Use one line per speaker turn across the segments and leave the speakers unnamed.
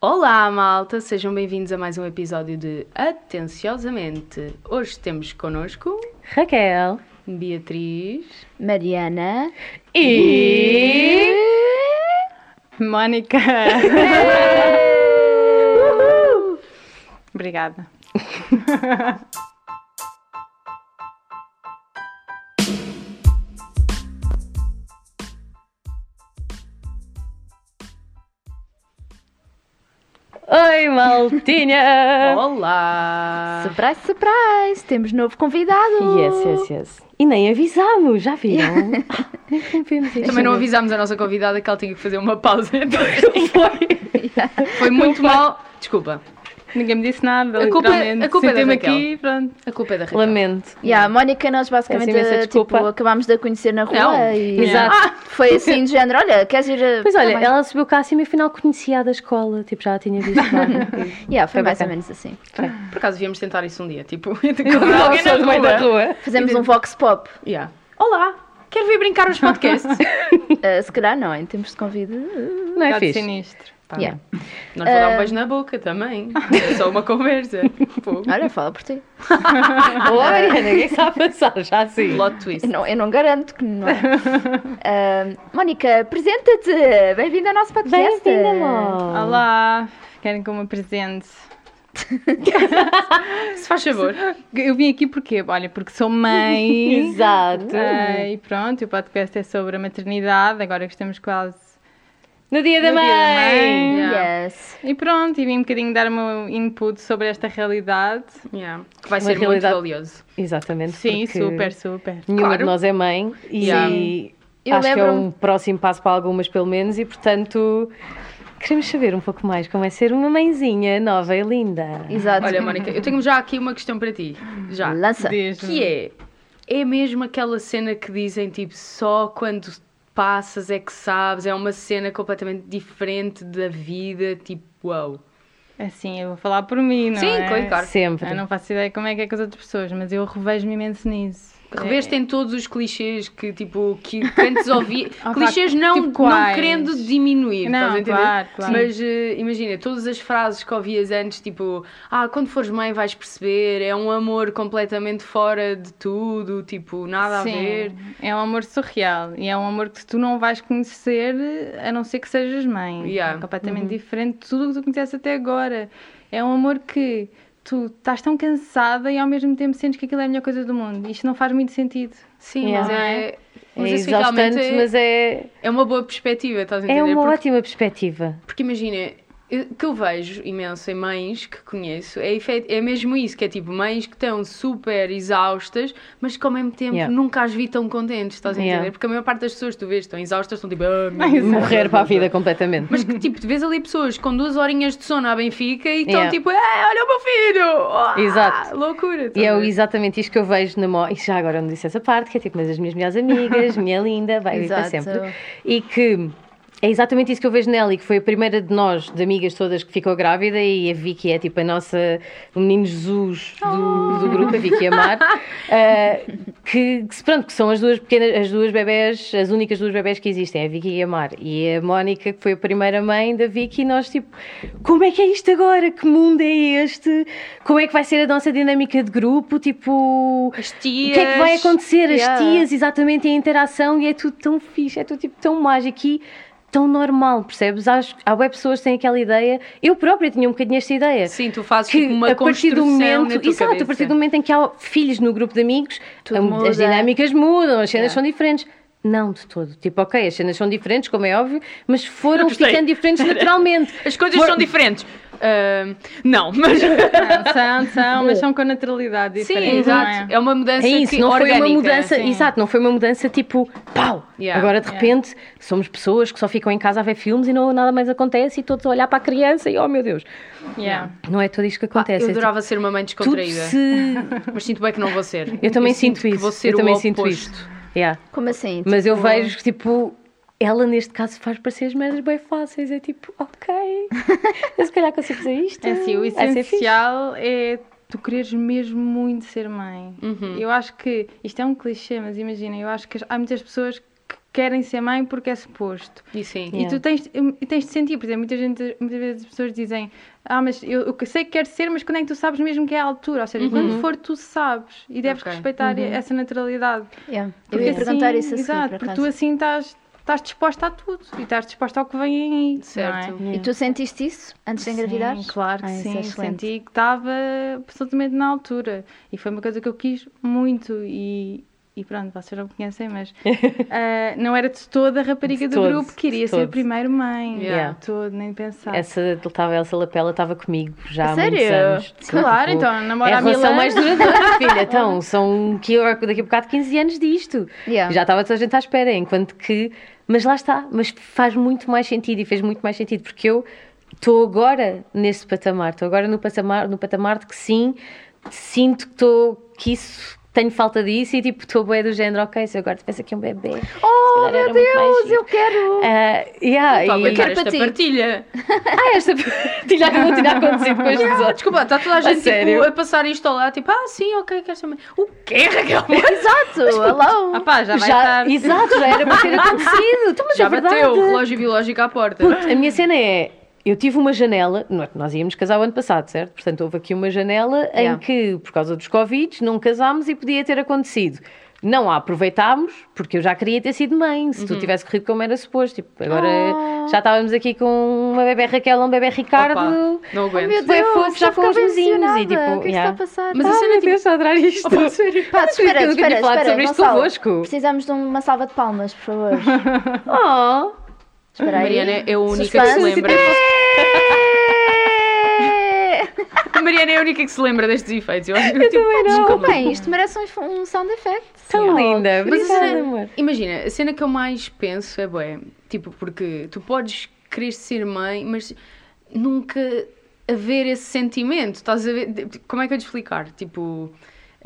Olá, malta! Sejam bem-vindos a mais um episódio de Atenciosamente. Hoje temos connosco
Raquel,
Beatriz
Mariana.
E-
Mónica! Obrigada.
Oi, Maltinha!
Olá!
Surprise, surprise! Temos novo convidado!
Yes, yes, yes. E nem avisámos, já viram? nem rompemos isto.
Também não avisámos a nossa convidada que ela tinha que fazer uma pausa. Foi, foi muito mal. Desculpa,
Ninguém me disse nada,
A culpa-
literalmente.
a culpa é da
Sentei-me
Raquel.
aqui, pronto.
a culpa é da Raquel.
Lamento.
E a Mónica, nós basicamente
Peço imensa
tipo,
desculpa.
acabámos de a conhecer na rua
Não,
e
exato.
Ah, foi assim de género, olha, queres ir a-
Pois olha,
Tá bem.
ela subiu cá acima e afinal conhecia a da escola, tipo, já a tinha visto lá.
Yeah, foi
Foi
mais ou
bacana.
menos assim.
Por acaso devíamos tentar isso um dia, tipo,
Não,
encontrar alguém
só
na
do meio
rua.
da rua.
Fazemos um vox pop.
Yeah. Olá, quero vir brincar nos podcasts.
Ah, se calhar não, em tempos de convite. eh,
Não é
Bocado
fixe.
sinistro.
Pá,
Yeah.
Nós vou dar um beijo na boca também. É só uma conversa. Pô,
Olha, fala por ti.
Oh, Mariana, o que é que está a passar? Já assim.
Plot twist.
Eu não, eu não garanto que não é. Ah, Mónica, apresenta-te! Bem-vinda ao nosso podcast!
Bem-vinda, Mó.
Olá! Querem que eu me apresente?
Se faz favor.
Eu vim aqui porque, olha, porque sou mãe.
Exato.
Ah, e pronto, o podcast é sobre a maternidade, agora que estamos quase.
No dia da
no dia da
mãe.
mãe.
Yes!
E pronto, e vim um bocadinho dar o meu input sobre esta realidade.
Yeah. Que vai
Uma
ser
realidade-
muito valioso.
Exatamente.
Sim,
porque
super, super.
Nenhuma
Claro.
de nós é mãe e
Yeah.
Eu
acho que é
lembro-me-
um próximo passo para algumas, pelo menos, e portanto queremos saber um pouco mais como é ser uma mãezinha nova e linda.
Exato.
Olha, Mónica, eu tenho já aqui uma questão para ti. Já.
Lança!
Diz-me.
Que é? É mesmo aquela cena que dizem tipo só quando passas é que sabes, é uma cena completamente diferente da vida, tipo, uau.
Assim, eu vou falar por mim, não
é? Sim,
é?
claro, claro.
Sempre.
Eu não faço ideia como é que é com as outras pessoas, mas eu revejo-me imenso nisso.
Reveste
É.
em todos os clichês que tipo que antes ouvi.
Ah,
clichês
claro.
não,
Tipo
não
quais?
querendo diminuir,
Não,
estás a entender?
claro, claro.
Mas eh, imagina, todas as frases que ouvias antes, tipo, ah, quando fores mãe vais perceber, é um amor completamente fora de tudo, tipo, nada a
Sim,
ver.
É um amor surreal e é um amor que tu não vais conhecer eh, a não ser que sejas mãe.
Yeah. Uhum.
É completamente diferente de tudo o que tu conheces até agora. É um amor que tu estás tão cansada e ao mesmo tempo sentes que aquilo é a melhor coisa do mundo. Isto não faz muito sentido.
Sim,
Yeah.
mas é. Mas
é
isso realmente
exaustante,
é,
mas é,
é uma boa perspectiva, estás a
é
entender?
uma
porque,
ótima perspectiva.
porque imagina, eu- o que eu vejo imenso em mães que conheço é, efet- é mesmo isso, que é tipo mães que estão super exaustas, mas que ao mesmo tempo
Yeah.
nunca as vi tão contentes, estás a entender?
Yeah.
Porque a maior parte das pessoas que tu vês estão exaustas, estão tipo. "Ah, meu Deus".
Morrer para a vida completamente.
Mas que tipo, tu vês ali pessoas com duas horinhas de sono à Benfica e estão
Yeah.
tipo, "Ah, olha o meu filho! Ah,
Exato.
Loucura! estás
E
a
é o-
ver?
exatamente isto que eu vejo na Mó, e já agora não disse essa parte, que é tipo, mas as minhas melhores amigas, minha linda, vai vir para
Exato.
sempre. E que é exatamente isso que eu vejo nela e que foi a primeira de nós, de amigas todas, que ficou grávida e a Vicky é tipo a nossa, o menino Jesus do, do grupo, a Vicky Amar, uh, que, que se- pronto, que são as duas pequenas, as duas bebés, as únicas duas bebés que existem, a Vicky e a Mar. E a Mónica, que foi a primeira mãe da Vicky, e nós tipo, como é que é isto agora? Que mundo é este? Como é que vai ser a nossa dinâmica de grupo? Tipo,
As
o que é que vai
tias.
acontecer? As
Yeah.
tias, exatamente, a interação, e é tudo tão fixe, é tudo tipo tão mágico e tão normal, percebes? Acho, há web pessoas que têm aquela ideia, eu própria tinha um bocadinho esta ideia.
Sim, tu fazes
Que
tipo, uma
a partir do
construção na
momento,
tua
exato, a
cabeça.
partir do momento em que há filhos no grupo de amigos,
Tudo
a-
muda.
as dinâmicas mudam, as cenas
Yeah.
são diferentes. Não de todo. Tipo, ok, as cenas são diferentes, como é óbvio, mas foram
Gostei.
ficando diferentes naturalmente.
As coisas
For-
são diferentes. Ah, não, mas.
Não, são, são, mas são com naturalidade
Sim,
diferente.
exato.
Não é?
É uma mudança
É isso,
que
não
orgânica. assim.
foi uma mudança,
sim.
exato, não foi uma mudança tipo pau.
Yeah,
Agora de
yeah.
repente somos pessoas que só ficam em casa a ver filmes e não, nada mais acontece e todos a olhar para a criança e oh meu Deus.
Yeah.
Não é tudo isto que
Pá,
acontece.
eu
é, tipo,
adorava ser uma mãe
tudo
descontraída.
se...
Mas sinto bem que não vou ser.
Eu também sinto,
que
isso.
vou ser
eu
o
também sinto
oposto.
isto. Yeah.
Como assim?
Mas eu
Tipo,
vejo que tipo ela neste caso faz parecer as merdas bem fáceis, é tipo, ok, eu se calhar consigo fazer isto.
É assim, o
vai ser fixe.
essencial é tu quereres mesmo muito ser mãe.
Uhum.
Eu acho que, isto é um clichê, mas imagina, eu acho que há muitas pessoas que querem ser mãe porque é suposto.
E sim.
Yeah.
E tu tens, e tens de sentir, por exemplo, muita gente, muitas vezes as pessoas dizem ah, mas eu, eu sei que quero ser, mas quando é que tu sabes mesmo que é a altura? Ou seja,
Uhum.
quando for tu sabes e deves
Ok.
respeitar essa naturalidade.
Yeah. Uhum. Eu
Porque
ia
assim-
perguntar isso a seguir,
Exato,
por
porque
acaso.
tu assim estás, estás disposta a tudo e estás disposta ao que vem aí.
Certo.
Não é?
E tu sentiste isso antes de engravidar?
Sim, claro que
Ah, isso é
sim,
excelente.
senti que estava absolutamente na altura e foi uma coisa que eu quis muito e, e pronto, vocês não me conhecem, mas ah, não era de toda a rapariga
De
do
todo,
grupo, queria
de
ser
todo.
primeiro mãe,
Yeah.
de todo, nem pensar.
Essa, tava, essa lapela estava comigo já há
Sério?
muitos anos.
Claro,
Tipo,
então,
É
namora
a
a
relação
Milan.
mais duradoura, filha. Então, são que eu- daqui a bocado 15 anos disto.
Yeah.
Já estava toda a gente à espera, enquanto que. Mas lá está, mas faz muito mais sentido e fez muito mais sentido, porque eu estou agora nesse patamar, estou agora no patamar, no patamar de que sim, sinto que estou, que isso, tenho falta disso e tipo, estou bem do género, ok, se eu agora tivesse aqui um bebê.
Oh,
calhar era
meu
muito mais
Deus,
giro.
eu quero!
ah, yeah,
Para
e...
aguentar
quero para
esta
ti.
partilha.
Ah, esta partilha acabou de ter acontecido com estes
Ah,
outros.
desculpa, está toda a gente tipo,
sério?
a passar isto ao lado, tipo, ah, sim, ok, quero ser mãe. O quê, Raquel?
É
Exato, hello!
Ah pá, já vai estar.
Exato, já era para ter acontecido. Então, mas
Já
é
bateu
verdade.
o relógio biológico à porta.
Puto, a minha cena é. Eu tive uma janela, não é que nós íamos casar o ano passado, certo? Portanto, houve aqui uma janela em
Yeah.
que, por causa dos Covid, não casámos e podia ter acontecido. Não a aproveitámos, porque eu já queria ter sido mãe, se tu tivesse corrido como era suposto. Tipo, agora já estávamos aqui com uma bebé Raquel, um bebé Ricardo.
Opa, não aguento.
Oh, Meu
Foi
Deus,
fofo, já
estou
com
a
os
ficar
mozinhos e, tipo,
impressionada. O que é que está
yeah.
a passar?
Mas
Mas
a
a
cena,
cena
tipo-
está a dar isto.
Pá, espera,
eu
espera,
queria falar
espera,
sobre isto
Gonçalo,
convosco.
Precisamos de uma salva de palmas, por favor.
Oh,
Espera aí.
Mariana é a única que se
Suspense.
lembra.
É.
A Mariana é a única que se lembra destes efeitos. Eu acho que eu tipo,
Desculpem, isto merece um, um sound effect.
tão linda.
Mas é a
Obrigada,
cena-
amor.
Imagina, a cena que eu mais penso é bué, tipo, porque tu podes querer ser mãe, mas nunca haver esse sentimento, estás a ver? De- Como é que eu te explicar? Tipo,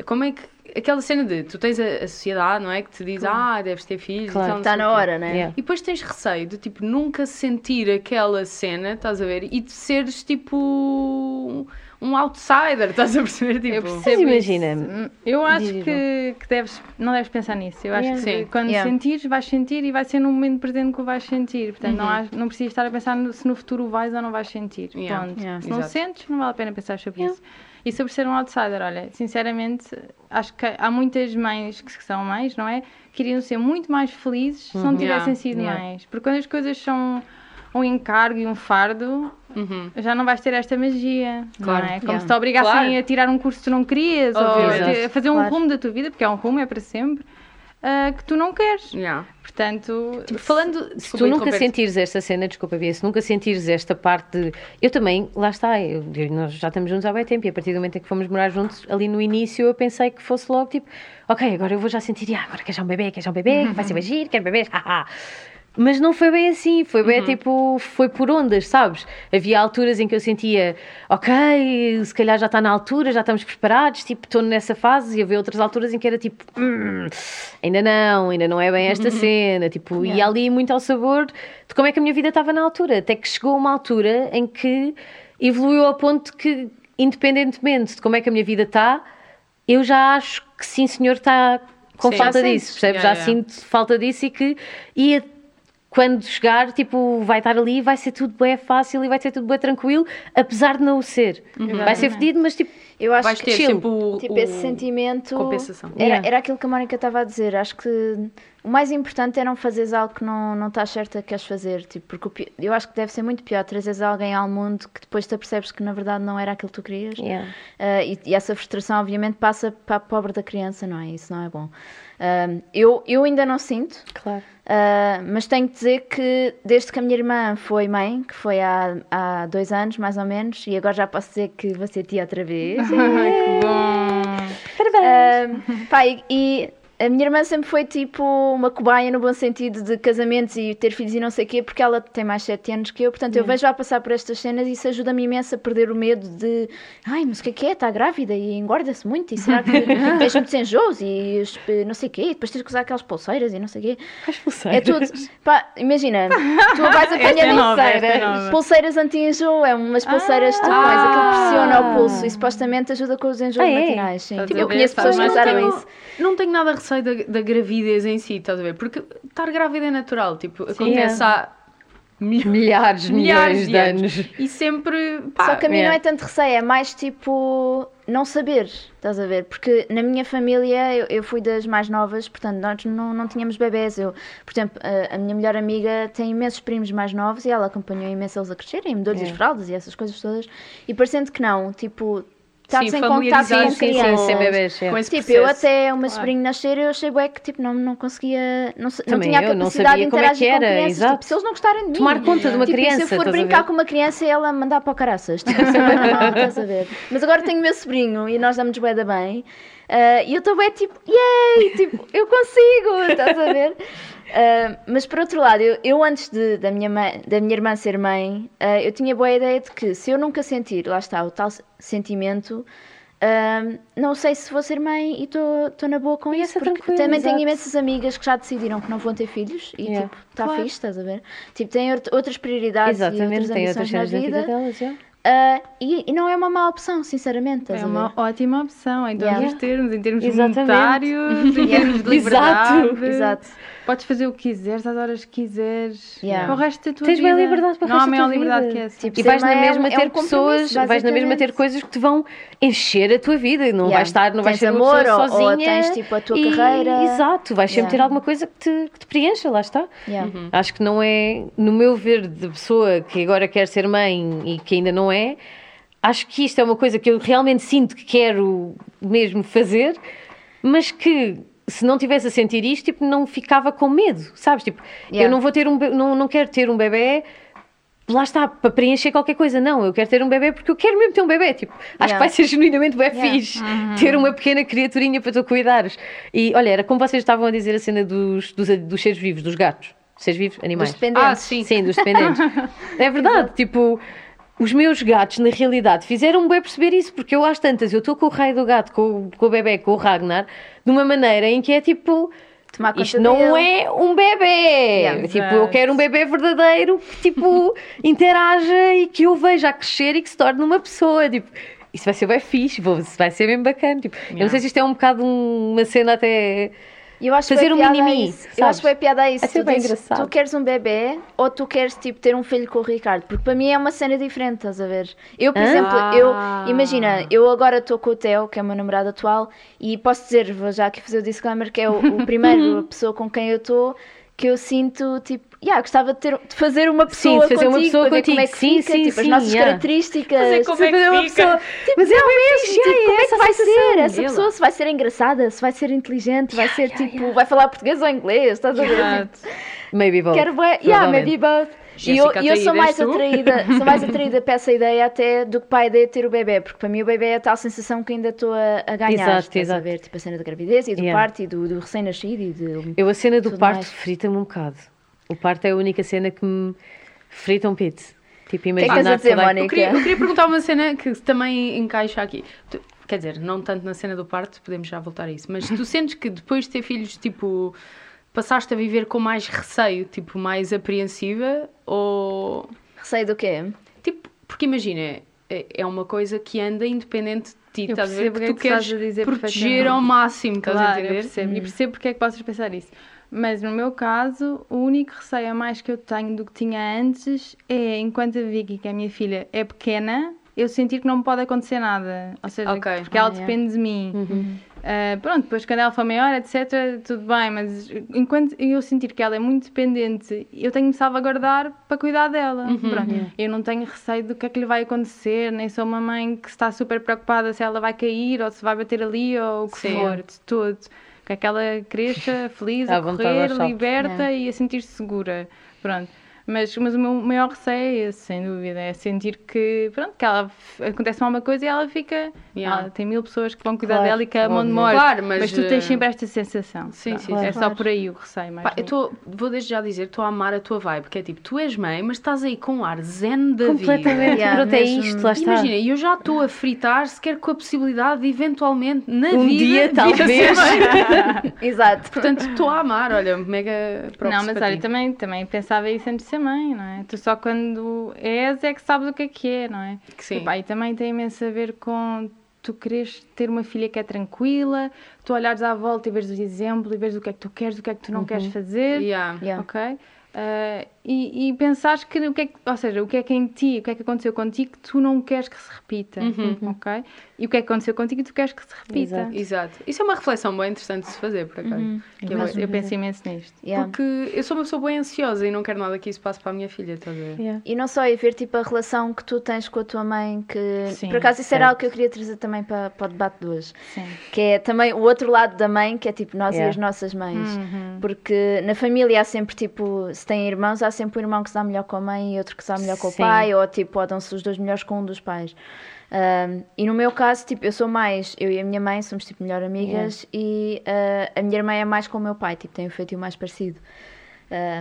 como é que. Aquela cena de tu tens a, a sociedade, não é? Que te diz, ah, deves ter filhos
Claro.
e tal. não
Está
sei o
na
quê.
hora, né?
Yeah.
E depois tens receio de, tipo, nunca sentir aquela cena, estás a ver? E de seres, tipo, um outsider, estás a perceber? Tipo,
Eu
Mas
percebo
imagina,
Hum, Eu acho
Diz,
que, que deves, não deves pensar nisso. Eu acho
Yeah.
que
Sim.
quando
Yeah.
sentires, vais sentir e vai ser no momento presente que o vais sentir. Portanto, não, há- não precisas estar a pensar no- se no futuro vais ou não vais sentir.
Yeah.
Ponto.
Yeah.
Se não
Exato.
sentes, não vale a pena pensar sobre
Yeah.
isso. E sobre ser um outsider, olha, sinceramente, acho que há muitas mães que são mães, não é? Que iriam ser muito mais felizes se não
Uhum.
tivessem
Yeah.
sido
Yeah.
mães. Porque quando as coisas são um encargo e um fardo,
uhum.
já não vais ter esta magia.
Claro.
Não é? Como
Yeah.
se te obrigassem
Claro.
a tirar um curso que tu não querias ou
Óbvio.
a ter- a fazer um
Claro.
rumo da tua vida, porque é um rumo, é para sempre, ah, que tu não queres.
Yeah.
Portanto,
Tipo, falando.
se
desculpa
tu nunca
interromper-te.
sentires esta cena, desculpa, Bia, se nunca sentires esta parte de. Eu também, lá está, eu- eu- nós já estamos juntos há bem tempo e a partir do momento em que fomos morar juntos, ali no início eu pensei que fosse logo tipo, ok, agora eu vou já sentir, ah, agora quer já um bebê, quer já um bebê, que vai
Uhum.
ser bem giro, quero bebês, haha. Mas não foi bem assim, foi
Uhum.
bem tipo, foi por ondas, sabes? Havia alturas em que eu sentia, ok, se calhar já está na altura, já estamos preparados, tipo, estou nessa fase, e havia outras alturas em que era tipo, "Hum, ainda não, ainda não é bem esta
Uhum.
cena, tipo, e ali muito ao sabor de como é que a minha vida estava na altura, até que chegou uma altura em que evoluiu ao ponto que, independentemente de como é que a minha vida está, eu já acho que sim, senhor, está com
Sim.
falta
Já
disso,
sentes.
percebes?
Yeah,
já
yeah.
sinto falta disso e que e a- quando chegar, tipo, vai estar ali, vai ser tudo bem fácil e vai ser tudo bem tranquilo, apesar de não o ser. Vai ser fedido, mas tipo,
Eu acho
Vais
que
ter
chill.
sempre o.
tipo,
o-
esse sentimento.
compensação.
Era,
Yeah.
era aquilo que a Mónica estava a dizer. Acho que o mais importante é não fazeres algo que não, não estás certa que queres fazer. Tipo, porque o pi- eu acho que deve ser muito pior trazeres alguém ao mundo que depois te apercebes que na verdade não era aquilo que tu querias.
yeah.
Ah, e, e essa frustração, obviamente, passa para a pobre da criança, não é? Isso não é bom. Ah, eu, eu ainda não sinto,
claro.
Uh, mas tenho que dizer que desde que a minha irmã foi mãe, que foi há, há dois anos mais ou menos, e agora já posso dizer que vou ser tia outra vez.
Ah,
Uh, pá, e, e a minha irmã sempre foi tipo uma cobaia no bom sentido de casamentos e ter filhos e não sei o quê, porque ela tem mais 7 anos que eu, portanto eu vejo-a a passar por estas cenas e isso ajuda-me imenso a perder o medo de ai, mas o que é que é? Está grávida e engorda-se muito e será que tens muitos enjoos e os- eh, não sei o quê, e depois tens que usar aquelas pulseiras e não sei o quê. É tudo. Pá, imagina, tu vais apanhar
Esta é nova,
pulseiras.
esta é nova.
Pulseiras anti-enjoo, é umas pulseiras que tu pões,
Ah!
aquilo que pressiona o pulso e supostamente ajuda com os enjoos
Ah, é?
matinais. Sim.
Estás
Tipo,
a
eu
ver?
conheço
Estás
pessoas que
mais
Mas não
usaram
tenho,
isso.
não tenho nada a sei da, da gravidez em si, estás a ver? Porque estar grávida é natural, tipo, acontece
é.
há milhões,
Milhares, milhões de anos.
E sempre, pá,
Só que a mim
é.
não é tanto receio, é mais tipo não saber, estás a ver? Porque na minha família eu, eu fui das mais novas, portanto nós não, não tínhamos bebés. Eu, por exemplo, a, a minha melhor amiga tem imensos primos mais novos e ela acompanhou imenso eles a crescerem, mudou-lhes
É.
as fraldas e essas coisas todas. E parecendo que não, tipo, estar
Sim,
sem contato
familiarizar-se
com
com-
Sim, sim,
crianças.
sem bebês. é.
com esse
Tipo,
processo.
eu até o meu
Claro.
sobrinho nascer, eu achei bué que tipo, não, não conseguia, não, se- não
Também
tinha a
eu, não
capacidade de
sabia como é que
interagir
era,
com crianças.
exato.
Tipo, se eles não gostarem de mim,
Tomar conta de uma
tipo,
criança.
e se eu for
estás a
brincar
ver?
com uma criança, ela mandar para o caraças. Tipo, isso é normal, estás a ver? Mas agora tenho o meu sobrinho e nós damos bué da bem. Ah, e eu estou bué tipo, yay, tipo, eu consigo, estás a ver? Ah, mas por outro lado, eu, eu antes de, da, minha mãe- da minha irmã ser mãe, ah, eu tinha boa ideia de que se eu nunca sentir, lá está, o tal se- sentimento, ah, não sei se vou ser mãe e estou na boa com isso,
é
porque
tranquilo,
também tenho
exato.
imensas amigas que já decidiram que não vão ter filhos e
Yeah.
tipo, está
Claro.
fixe, estás a ver? Tipo, têm or- outras prioridades
Exatamente,
e
tem
outras
outras
ambições na
cenas da vida
vida.
delas, já.
ah, e, e não é uma má opção, sinceramente, estás
É
a ver?
uma ótima opção em todos
Yeah.
os termos, em termos
Exatamente.
monetários, em termos de
Exato.
liberdade.
Exato.
Podes fazer o que quiseres, às horas que quiseres.
Yeah.
Para o resto da tua
Tens
vida.
bem liberdade para o
Não
resto da
há maior
tua
liberdade
vida.
que essa.
Tipo,
E vais
ser
na
mãe é
mesma
um- é um
ter
compromisso,
pessoas, vais na mesma ter
basicamente.
coisas que te vão encher a tua vida. Não
Yeah.
vais estar, não vais
Tens
ser
amor,
uma pessoa
ou- ou
sozinha.
tens, tipo, a tua
e-
carreira.
Exato, vais sempre
Yeah.
ter alguma coisa que te, que te preencha, lá está.
Yeah.
Uhum. Acho que não é, no meu ver, de pessoa que agora quer ser mãe e que ainda não é, acho que isto é uma coisa que eu realmente sinto que quero mesmo fazer, mas que se não tivesse a sentir isto, tipo, não ficava com medo, sabes? Tipo,
Yeah.
eu não vou ter um, be- não, não quero ter um bebê. Lá está, para preencher qualquer coisa, não. Eu quero ter um bebê porque eu quero mesmo ter um bebê. Tipo, acho
Yeah.
que vai ser genuinamente bem
Yeah. Uhum.
fixe ter uma pequena criaturinha para tu cuidares. E olha, era como vocês estavam a dizer a cena dos, dos, dos seres vivos, dos gatos. Seres vivos, animais.
Uhum.
Dos dependentes.
Ah, sim.
Sim, dos dependentes. é verdade, tipo, os meus gatos, na realidade, fizeram-me bem perceber isso, porque eu às tantas, eu estou com o raio do gato, com, o- com o bebê, com o Ragnar, de uma maneira em que é tipo.
Tomar conta
Isto não
dele.
é um bebê!
Yeah.
tipo, eu quero um bebê verdadeiro que, tipo, interaja e que eu veja a crescer e que se torne uma pessoa. Tipo, isso vai ser bem fixe, vou- vai ser bem bacana. Tipo, Eu não sei se isto é um bocado um- uma cena até.
E Eu acho
Fazer
bué
um
piada a
mimimi,
isso. Eu
sabes?
acho bem piada a isso.
É
tu,
sempre
dizes,
engraçado.
tu queres um bebê ou tu queres tipo ter um filho com o Ricardo? Porque para mim é uma cena diferente, estás a ver? Eu, por
Ah.
exemplo, eu imagina, eu agora estou com o Theo, que é o meu namorado atual, e posso dizer, vou já aqui fazer o disclaimer, que é o, o primeiro a pessoa com quem eu estou, que eu sinto tipo, yeah, gostava de, ter, de fazer uma
Sim,
pessoa
de fazer uma
contigo,
pessoa
para ver como é que
contigo. Sim,
fica,
sim,
tipo, as
sim,
nossas
yeah.
características.
Fazer como é que
saber uma
fica.
pessoa-
Mas é mesmo,
Tipo, como é que vai ser? Essa
Ela.
pessoa se vai ser engraçada, se vai ser inteligente, vai ser tipo, vai falar português ou inglês, estás a ver? Tipo,
Exato.
Maybe both.
Quero bué- yeah,
provavelmente.
maybe both. E eu,
Jéssica,
e eu sou
atraída,
mais
és tu?
atraída, sou mais atraída para essa ideia até do que para a ideia de ter o bebê, porque para mim o bebê é a tal sensação que ainda estou a, a ganhar.
Exato,
estás a
exato.
ver? Tipo a cena da gravidez e do
Yeah.
parto e do, do recém-nascido e de.
Eu, a cena do
Tudo
parto
mais.
frita-me um bocado. O parto é a única cena que me frita um pito. Tipo,
que é que
imaginar
estás a dizer,
toda
Eu
Mónica?
queria, eu queria perguntar uma cena que também encaixa aqui. Tu- quer dizer, não tanto na cena do parto, podemos já voltar a isso, mas tu sentes que depois de ter filhos, tipo, passaste a viver com mais receio, tipo, mais apreensiva? Ou.
Receio do quê?
Tipo, porque imagina, é é uma coisa que anda independente de ti,
Eu
estás a ver?
percebo o
Que
que
tu
é que estás
queres
a dizer
proteger
perfeitamente.
ao máximo, estás a
Claro, eu
entender?
percebo. E percebo porque é que possas pensar nisso. Mas no meu caso, o único receio a mais que eu tenho do que tinha antes é, enquanto a Vicky, que é a minha filha, é pequena, eu sentir que não me pode acontecer nada. Ou seja,
Ok.
porque ela
Ah, é.
depende de mim. Ah, pronto, depois quando ela for maior, etc., tudo bem, mas enquanto eu sentir que ela é muito dependente, eu tenho de me salvaguardar para cuidar dela.
Uhum.
Pronto. Eu não tenho receio do que é que lhe vai acontecer, nem sou uma mãe que está super preocupada se ela vai cair ou se vai bater ali ou o que
Sim.
for, de todo. Quer que ela cresça feliz,
À
a
vontade,
correr,
ao salto.
liberta e a sentir-se segura. Pronto. Mas, mas o meu maior receio é esse, sem dúvida, é sentir que, pronto, que ela f- acontece alguma coisa e ela fica.
Yeah.
Ah, tem mil pessoas que vão cuidar
Claro,
dela e que a amam de
óbvio.
morte.
Claro, mas,
tu tens
eh,
sempre esta sensação.
sim,
Pronto.
sim,
É
sim.
só por aí o receio, mais.
Pá, eu tô, vou desde já dizer, estou a amar a tua vibe, que é tipo, tu és mãe, mas estás aí com um ar zen da vida.
Completamente.
Yeah,
Pronto, é
mesmo.
isto, lá está.
Imagina, eu já estou a fritar, sequer com a possibilidade de eventualmente, na
Um
vida, vir
dia,
a
talvez.
ser mãe.
Exato.
Portanto, estou a amar, olha, mega props
Não, mas
para
olha,
ti.
também, também pensava isso antes de ser mãe, não é? Tu só quando és é que sabes o que é que é, não é?
Que sim.
E, pá, e também tem imenso a ver com tu queres ter uma filha que é tranquila, tu olhares à volta e veres o exemplo e veres o que é que tu queres, o que é que tu não queres fazer.
Uhum. Yeah.
Yeah.
Ok? Ah, e, e pensares que o que é que, ou seja, o que é que é em ti, o que é que aconteceu contigo que tu não queres que se repita,
Uhum.
ok? E o que é que aconteceu contigo que tu queres que se repita.
Exato.
Exato. Isso é uma reflexão bem interessante de se fazer, por acaso. Que
Eu,
é bué-
um
eu penso imenso nisto.
Yeah.
Porque eu sou uma pessoa bem ansiosa e não quero nada que isso passe para a minha filha, estás a ver?
E não só é ver tipo a relação que tu tens com a tua mãe, que
Sim,
por acaso isso era
certo.
algo que eu queria trazer também para, para o debate de hoje,
Sim.
que é também o outro lado da mãe, que é tipo nós e
Yeah. Uhum.
as nossas mães. Porque na família há sempre tipo, se têm irmãos, há sempre um irmão que se dá melhor com a mãe e outro que se dá melhor com o
Sim.
pai, ou tipo, ou dão-se os dois melhores com um dos pais. Ahm, e no meu caso, tipo, eu sou mais, eu e a minha mãe somos tipo melhor amigas e ah, a minha irmã é mais com o meu pai, tipo, tem um feitio mais parecido.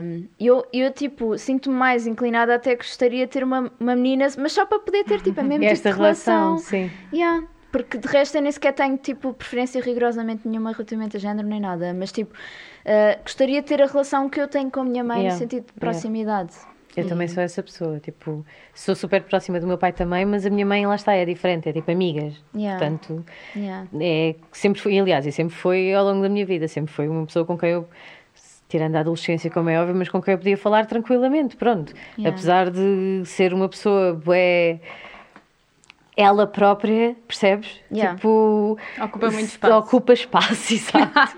Um, eu, eu, tipo, sinto-me mais inclinada até que gostaria de ter uma, uma menina, mas só para poder ter, tipo, a mesma tipo
Esta
de relação.
relação, sim.
Yeah, Porque de resto eu nem sequer tenho, tipo, preferência rigorosamente nenhuma relativamente a género nem nada, mas, tipo, uh, gostaria de ter a relação que eu tenho com a minha mãe
Yeah,
no sentido de
yeah.
proximidade.
Eu também sou essa pessoa, tipo, sou super próxima do meu pai também, mas a minha mãe, lá está, é diferente, é tipo amigas.
Yeah.
Portanto,
Yeah.
é que sempre foi, e, aliás, e sempre foi ao longo da minha vida, sempre foi uma pessoa com quem eu, tirando a adolescência, como é óbvio, mas com quem eu podia falar tranquilamente, pronto.
Yeah.
Apesar de ser uma pessoa, bué, ela própria, percebes?
Yeah.
Tipo,
Ocupa muito
se-
espaço.
Ocupa espaço, exato.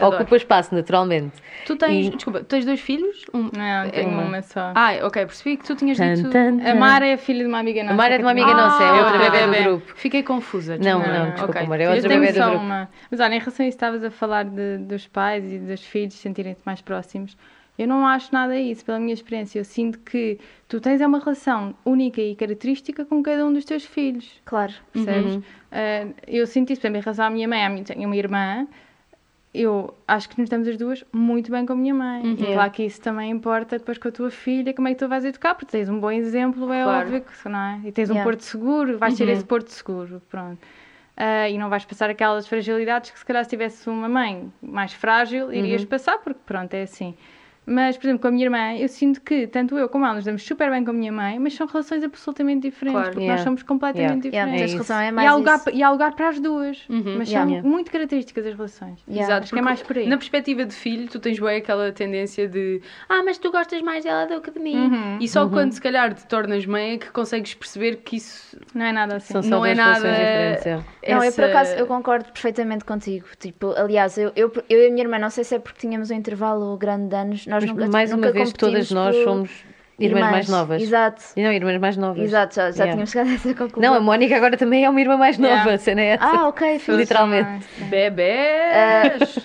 ocupa espaço, naturalmente.
Tu tens,
E-
desculpa, tens dois filhos? Um...
Não, tenho
É-
uma, só.
Ah, ok, percebi que tu tinhas
Tan,
dito.
tan,
A
tan.
Mara é filha de uma amiga nossa.
A Mara é de uma
que
amiga
tinha-
nossa, é
Ah,
outra
ok,
bebê do
ok.
grupo.
Fiquei confusa.
Não,
desculpa.
não, desculpa,
Ok.
amor, é
Eu
outra
tenho
bebê do
só
grupo.
uma. Mas olha, em relação a isso, estavas a falar de- dos pais e dos filhos sentirem-se mais próximos. Eu não acho nada isso, pela minha experiência. Eu sinto que tu tens é uma relação única e característica com cada um dos teus filhos.
Claro.
Percebes? Ah, eu sinto isso, por exemplo, em relação à minha mãe, à minha, tenho uma irmã. Eu acho que nos estamos as duas muito bem com a minha mãe. E claro que isso também importa depois com a tua filha, como é que tu vais educar, porque tens um bom exemplo, é
Claro.
óbvio que não é? E tens um
Yeah.
porto seguro, vais ter esse porto seguro, pronto. Ah, e não vais passar aquelas fragilidades que se calhar se tivesse uma mãe mais frágil, irias passar, porque pronto, é assim. Mas, por exemplo, com a minha irmã, eu sinto que tanto eu como ela nos damos super bem com a minha mãe, mas são relações absolutamente diferentes,
Claro.
porque nós
Yeah.
somos completamente
Yeah,
diferentes
É
tens
isso. Uhum.
razão, é
e,
mais
há lugar,
isso.
e há lugar para as duas, mas
Yeah.
são
Yeah.
muito características as relações.
Yeah.
Exato,
Acho que é mais por aí.
Na perspectiva de filho, tu tens bem aquela tendência de ah, mas tu gostas mais dela do que de mim.
Uhum,
E só quando se calhar te tornas mãe é que consegues perceber que isso
Não é nada assim.
São só
não é
duas
nada.
relações diferentes. é.
Não, eu por
essa-
acaso eu concordo perfeitamente contigo. Tipo, aliás, eu, eu, eu e a minha irmã, não sei se é porque tínhamos um intervalo grande de anos, nós
Mas
nunca,
mais uma
nunca
vez, todas
competimos
nós
por
somos irmãs, mais novas.
Exato,
E Não, irmãs mais novas.
exato, já, já
Yeah.
tínhamos chegado a essa conclusão.
Não, a Mónica agora também é uma irmã mais nova,
Yeah.
a cena é essa.
Ah, ok, fixe.
é assim.
Literalmente. é
bebés.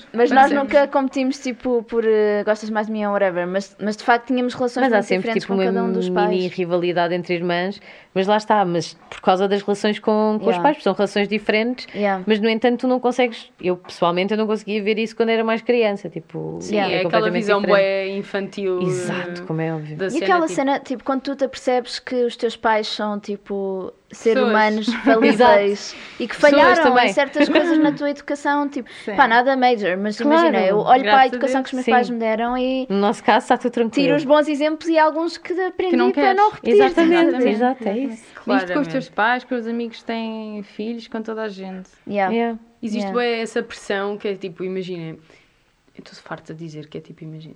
é
Mas nós
Parecemos.
nunca competimos, tipo, por eh, gostas mais de mim ou whatever, mas, mas de facto tínhamos relações
Mas há
muito
sempre
diferentes
tipo
com
uma
cada um dos
mini
pais.
rivalidade entre irmãs, mas lá está, mas por causa das relações com, com os
Yeah.
pais, porque são relações diferentes,
Yeah.
mas no entanto tu não consegues, eu pessoalmente eu não conseguia ver isso quando era mais criança, tipo,
Sim, é aquela
completamente
visão
diferente.
bué infantil.
Exato,
eh,
como é óbvio.
da
E aquela
tipo,
cena, tipo, quando tu te apercebes que os teus pais são, tipo, seres
Pessoas.
humanos falíveis e que falharam
também.
em certas coisas na tua educação, tipo, pá, nada major, mas
Claro.
imagina, eu olho para a
Graças a
educação
Deus,
que os meus
sim.
pais me deram e
No nosso caso está tudo tranquilo.
tiro os bons exemplos e alguns que aprendi
não
para não
queres.
repetir.
Exatamente,
Exatamente.
exato, é isso.
Isto com os teus pais, com os amigos que têm filhos, com toda a gente.
Yeah.
Yeah.
Existe
Yeah.
bem essa pressão que é tipo, imagina. Eu estou farta de dizer que é tipo, imagina.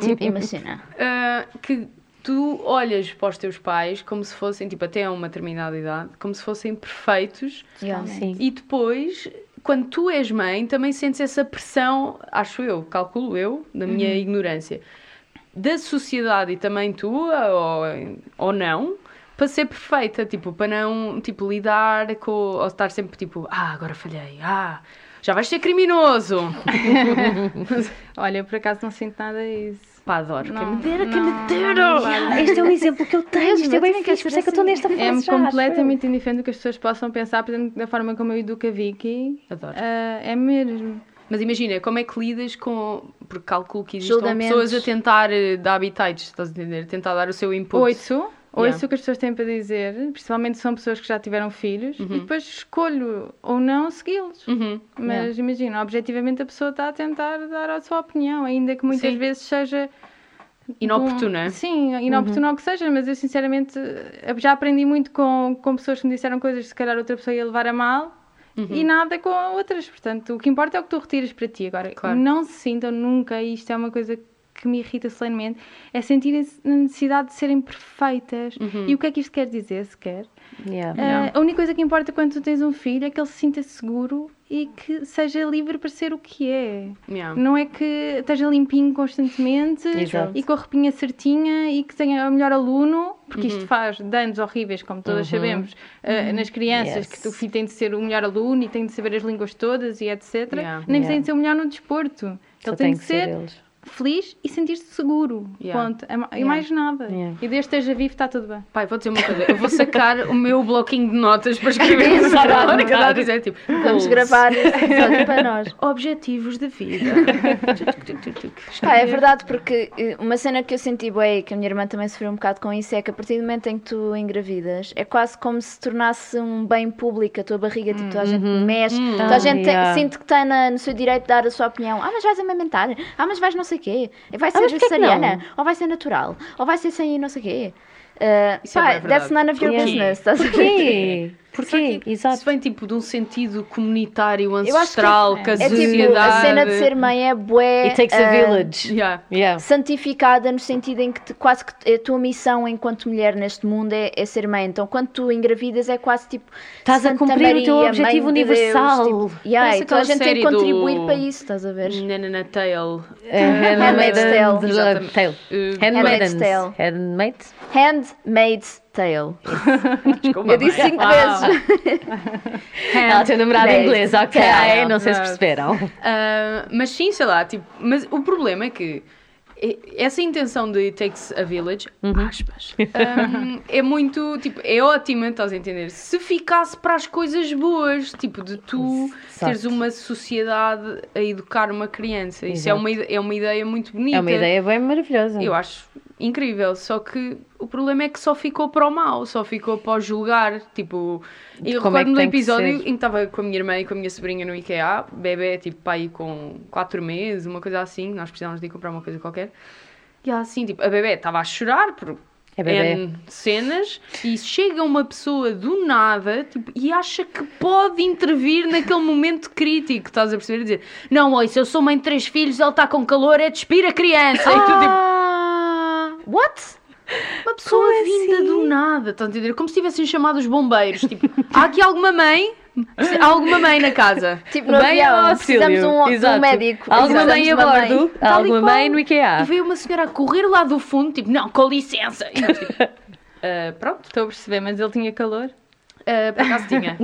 Tipo, imagina.
Ah, que tu olhas para os teus pais como se fossem, tipo, até a uma determinada idade, como se fossem perfeitos
Yeah.
Sim.
e depois. Quando tu és mãe, também sentes essa pressão, acho eu, calculo eu, da minha ignorância, da sociedade e também tua, ou, ou não, para ser perfeita, tipo, para não, tipo, lidar com, ou estar sempre, tipo, ah, agora falhei, ah, já vais ser criminoso.
Olha, eu por acaso não sinto nada disso.
Pá, adoro, é
Não,
quem me dera, quem
não,
me dera.
não, não.
Este é um exemplo que eu tenho,
Mesmo,
isto é
eu
bem
também quero
fixe, por isso é que eu estou
ser
nesta fase
É-me
já, acho eu.
completamente indiferente do que as pessoas possam pensar, por exemplo, da forma como eu educo a Vicky.
Adoro.
Ah, é mesmo.
Mas imagina, como é que lidas com. Porque calculo que existam
Julgamentos.
pessoas a tentar eh, dar habitats, estás a entender? Tentar dar o seu input.
Ouço, ouço
Yeah.
o que as pessoas têm para dizer, principalmente são pessoas que já tiveram filhos,
Uhum.
e depois escolho ou não segui-los.
Uhum.
Mas imagina, objetivamente a pessoa está a tentar dar a sua opinião, ainda que muitas
Sim. é?
vezes seja
Inoportuna.
Sim,
Uhum.
inoportuna ou que seja, mas eu sinceramente eh, já aprendi muito com, com pessoas que me disseram coisas que se calhar outra pessoa ia levar a mal
Uhum.
e nada com outras. Portanto, o que importa é o que tu retiras para ti. Agora,
Claro.
não se sintam nunca, e isto é uma coisa que me irrita solenemente, é sentirem a necessidade de serem perfeitas.
Uhum.
E o que é que isto quer dizer sequer?
Yeah.
Ah, a única coisa que importa quando tu tens um filho é que ele se sinta seguro e que seja livre para ser o que é.
Yeah.
Não é que esteja limpinho constantemente
Exato.
e com a roupinha certinha e que tenha o melhor aluno, porque isto faz danos horríveis, como todas sabemos, eh, nas crianças,
Yes.
que o filho tem de ser o melhor aluno e tem de saber as línguas todas e etc.
Yeah.
Nem
Yeah.
tem de ser o melhor no desporto. Ele
Só
tem de ser,
eles.
feliz e sentir-se seguro.
Yeah.
Ponto. E ma- E mais nada.
Yeah.
E desde que esteja vivo, está tudo bem.
Pai, vou dizer uma coisa. Eu vou sacar o meu bloquinho de notas para escrever
Exato,
na hora que eu
verdade.
estava a dizer. Tipo,
Vamos
goals.
gravar eh, este episódio para nós.
Objetivos de vida.
Pá, é verdade, porque eh, uma cena que eu senti bem, que a minha irmã também sofreu um bocado com isso, é que a partir do momento em que tu engravidas, é quase como se tornasse um bem público a tua barriga, tipo, toda a gente mexe, toda
Ah,
a gente tem-
yeah.
sente que está na- no seu direito de dar a sua opinião. Ah, mas vais amamentar? Ah, mas vais não sei o quê? É, Vai ser
mas porquê que
vegetariana? Ou vai ser natural? Ou vai ser sem não sei o quê? Eh,
Isso é
pá,
bué verdade.
that's none of your
Porquê?
business, estás a ver?
Porquê? Porquê?
Se
Exato.
vem tipo de um sentido comunitário,
que-
ancestral, que, a
É tipo, a
sociedade.
cena de ser mãe é bué.
It takes
ah,
a village.
Yeah.
Yeah.
santificada no sentido em que te- quase que a tua missão enquanto mulher neste mundo é, é ser mãe. Então, quando tu engravidas, é quase tipo.
Estás a
Santa
cumprir o
Maria,
teu
Mãe
objetivo
de Deus,
universal. Hum.
tipo, yeah,
Parece
e toda a
aquela
gente tem que
série do-
contribuir para isso, estás a ver?
Nanana Tail.
É Handmaid's
Tale.
Tale. Tale.
Uh,
Handmaid's
Handmaid's Tale.
Handmaid.
Handmaid's Tale.
desculpa,
Eu disse
mãe.
cinco
Uau.
Ah.
vezes.
Ela tem um namorado
Handmaid's
inglês, ok.
Tale.
Não sei se
Não.
perceberam.
Ah, mas sim, sei lá, tipo, mas o problema é que e- essa intenção de It Takes a Village,
Uhum.
aspas, ah, é muito, tipo, é ótima, estás a entender? Se ficasse para as coisas boas, tipo, de tu
Exato.
teres uma sociedade a educar uma criança. Isso é
Exato.
uma, ide- é uma ideia muito bonita.
É uma ideia bem maravilhosa.
Eu acho incrível, só que o problema é que só ficou para o mal, só ficou para o julgar. Tipo, eu
como
recordo-me
é que
do
tem que
episódio
ser?
em que estava com a minha irmã e com a minha sobrinha no IKEA, bebê, tipo, pai com 4 meses, uma coisa assim, nós precisávamos de ir comprar uma coisa qualquer. E ela assim, tipo, a bebê estava a chorar por
É bebé.
N cenas e chega uma pessoa do nada tipo, e acha que pode intervir naquele momento crítico, estás a perceber? Dizer, não, oi, se eu sou mãe de três filhos, ele está com calor, é despir a criança. E tu, tipo,
Ah, what?
uma pessoa vinda do nada, estão a entender? Como se tivessem chamado os bombeiros. Tipo, há aqui alguma mãe? Há alguma mãe na casa?
Tipo, no
Bem ao
avião,
auxílio.
precisamos de um, de um
é Exato.
médico.
Há Alguma
Precisamos
mãe
de
a
uma mãe.
bordo. Há
Tal e
Alguma
qual.
mãe no
E
IKEA.
veio uma senhora a correr lá do fundo, tipo, não, com licença. E nós, tipo, "Ah, pronto,
Estou a perceber, mas ele tinha calor.
ah, por acaso tinha.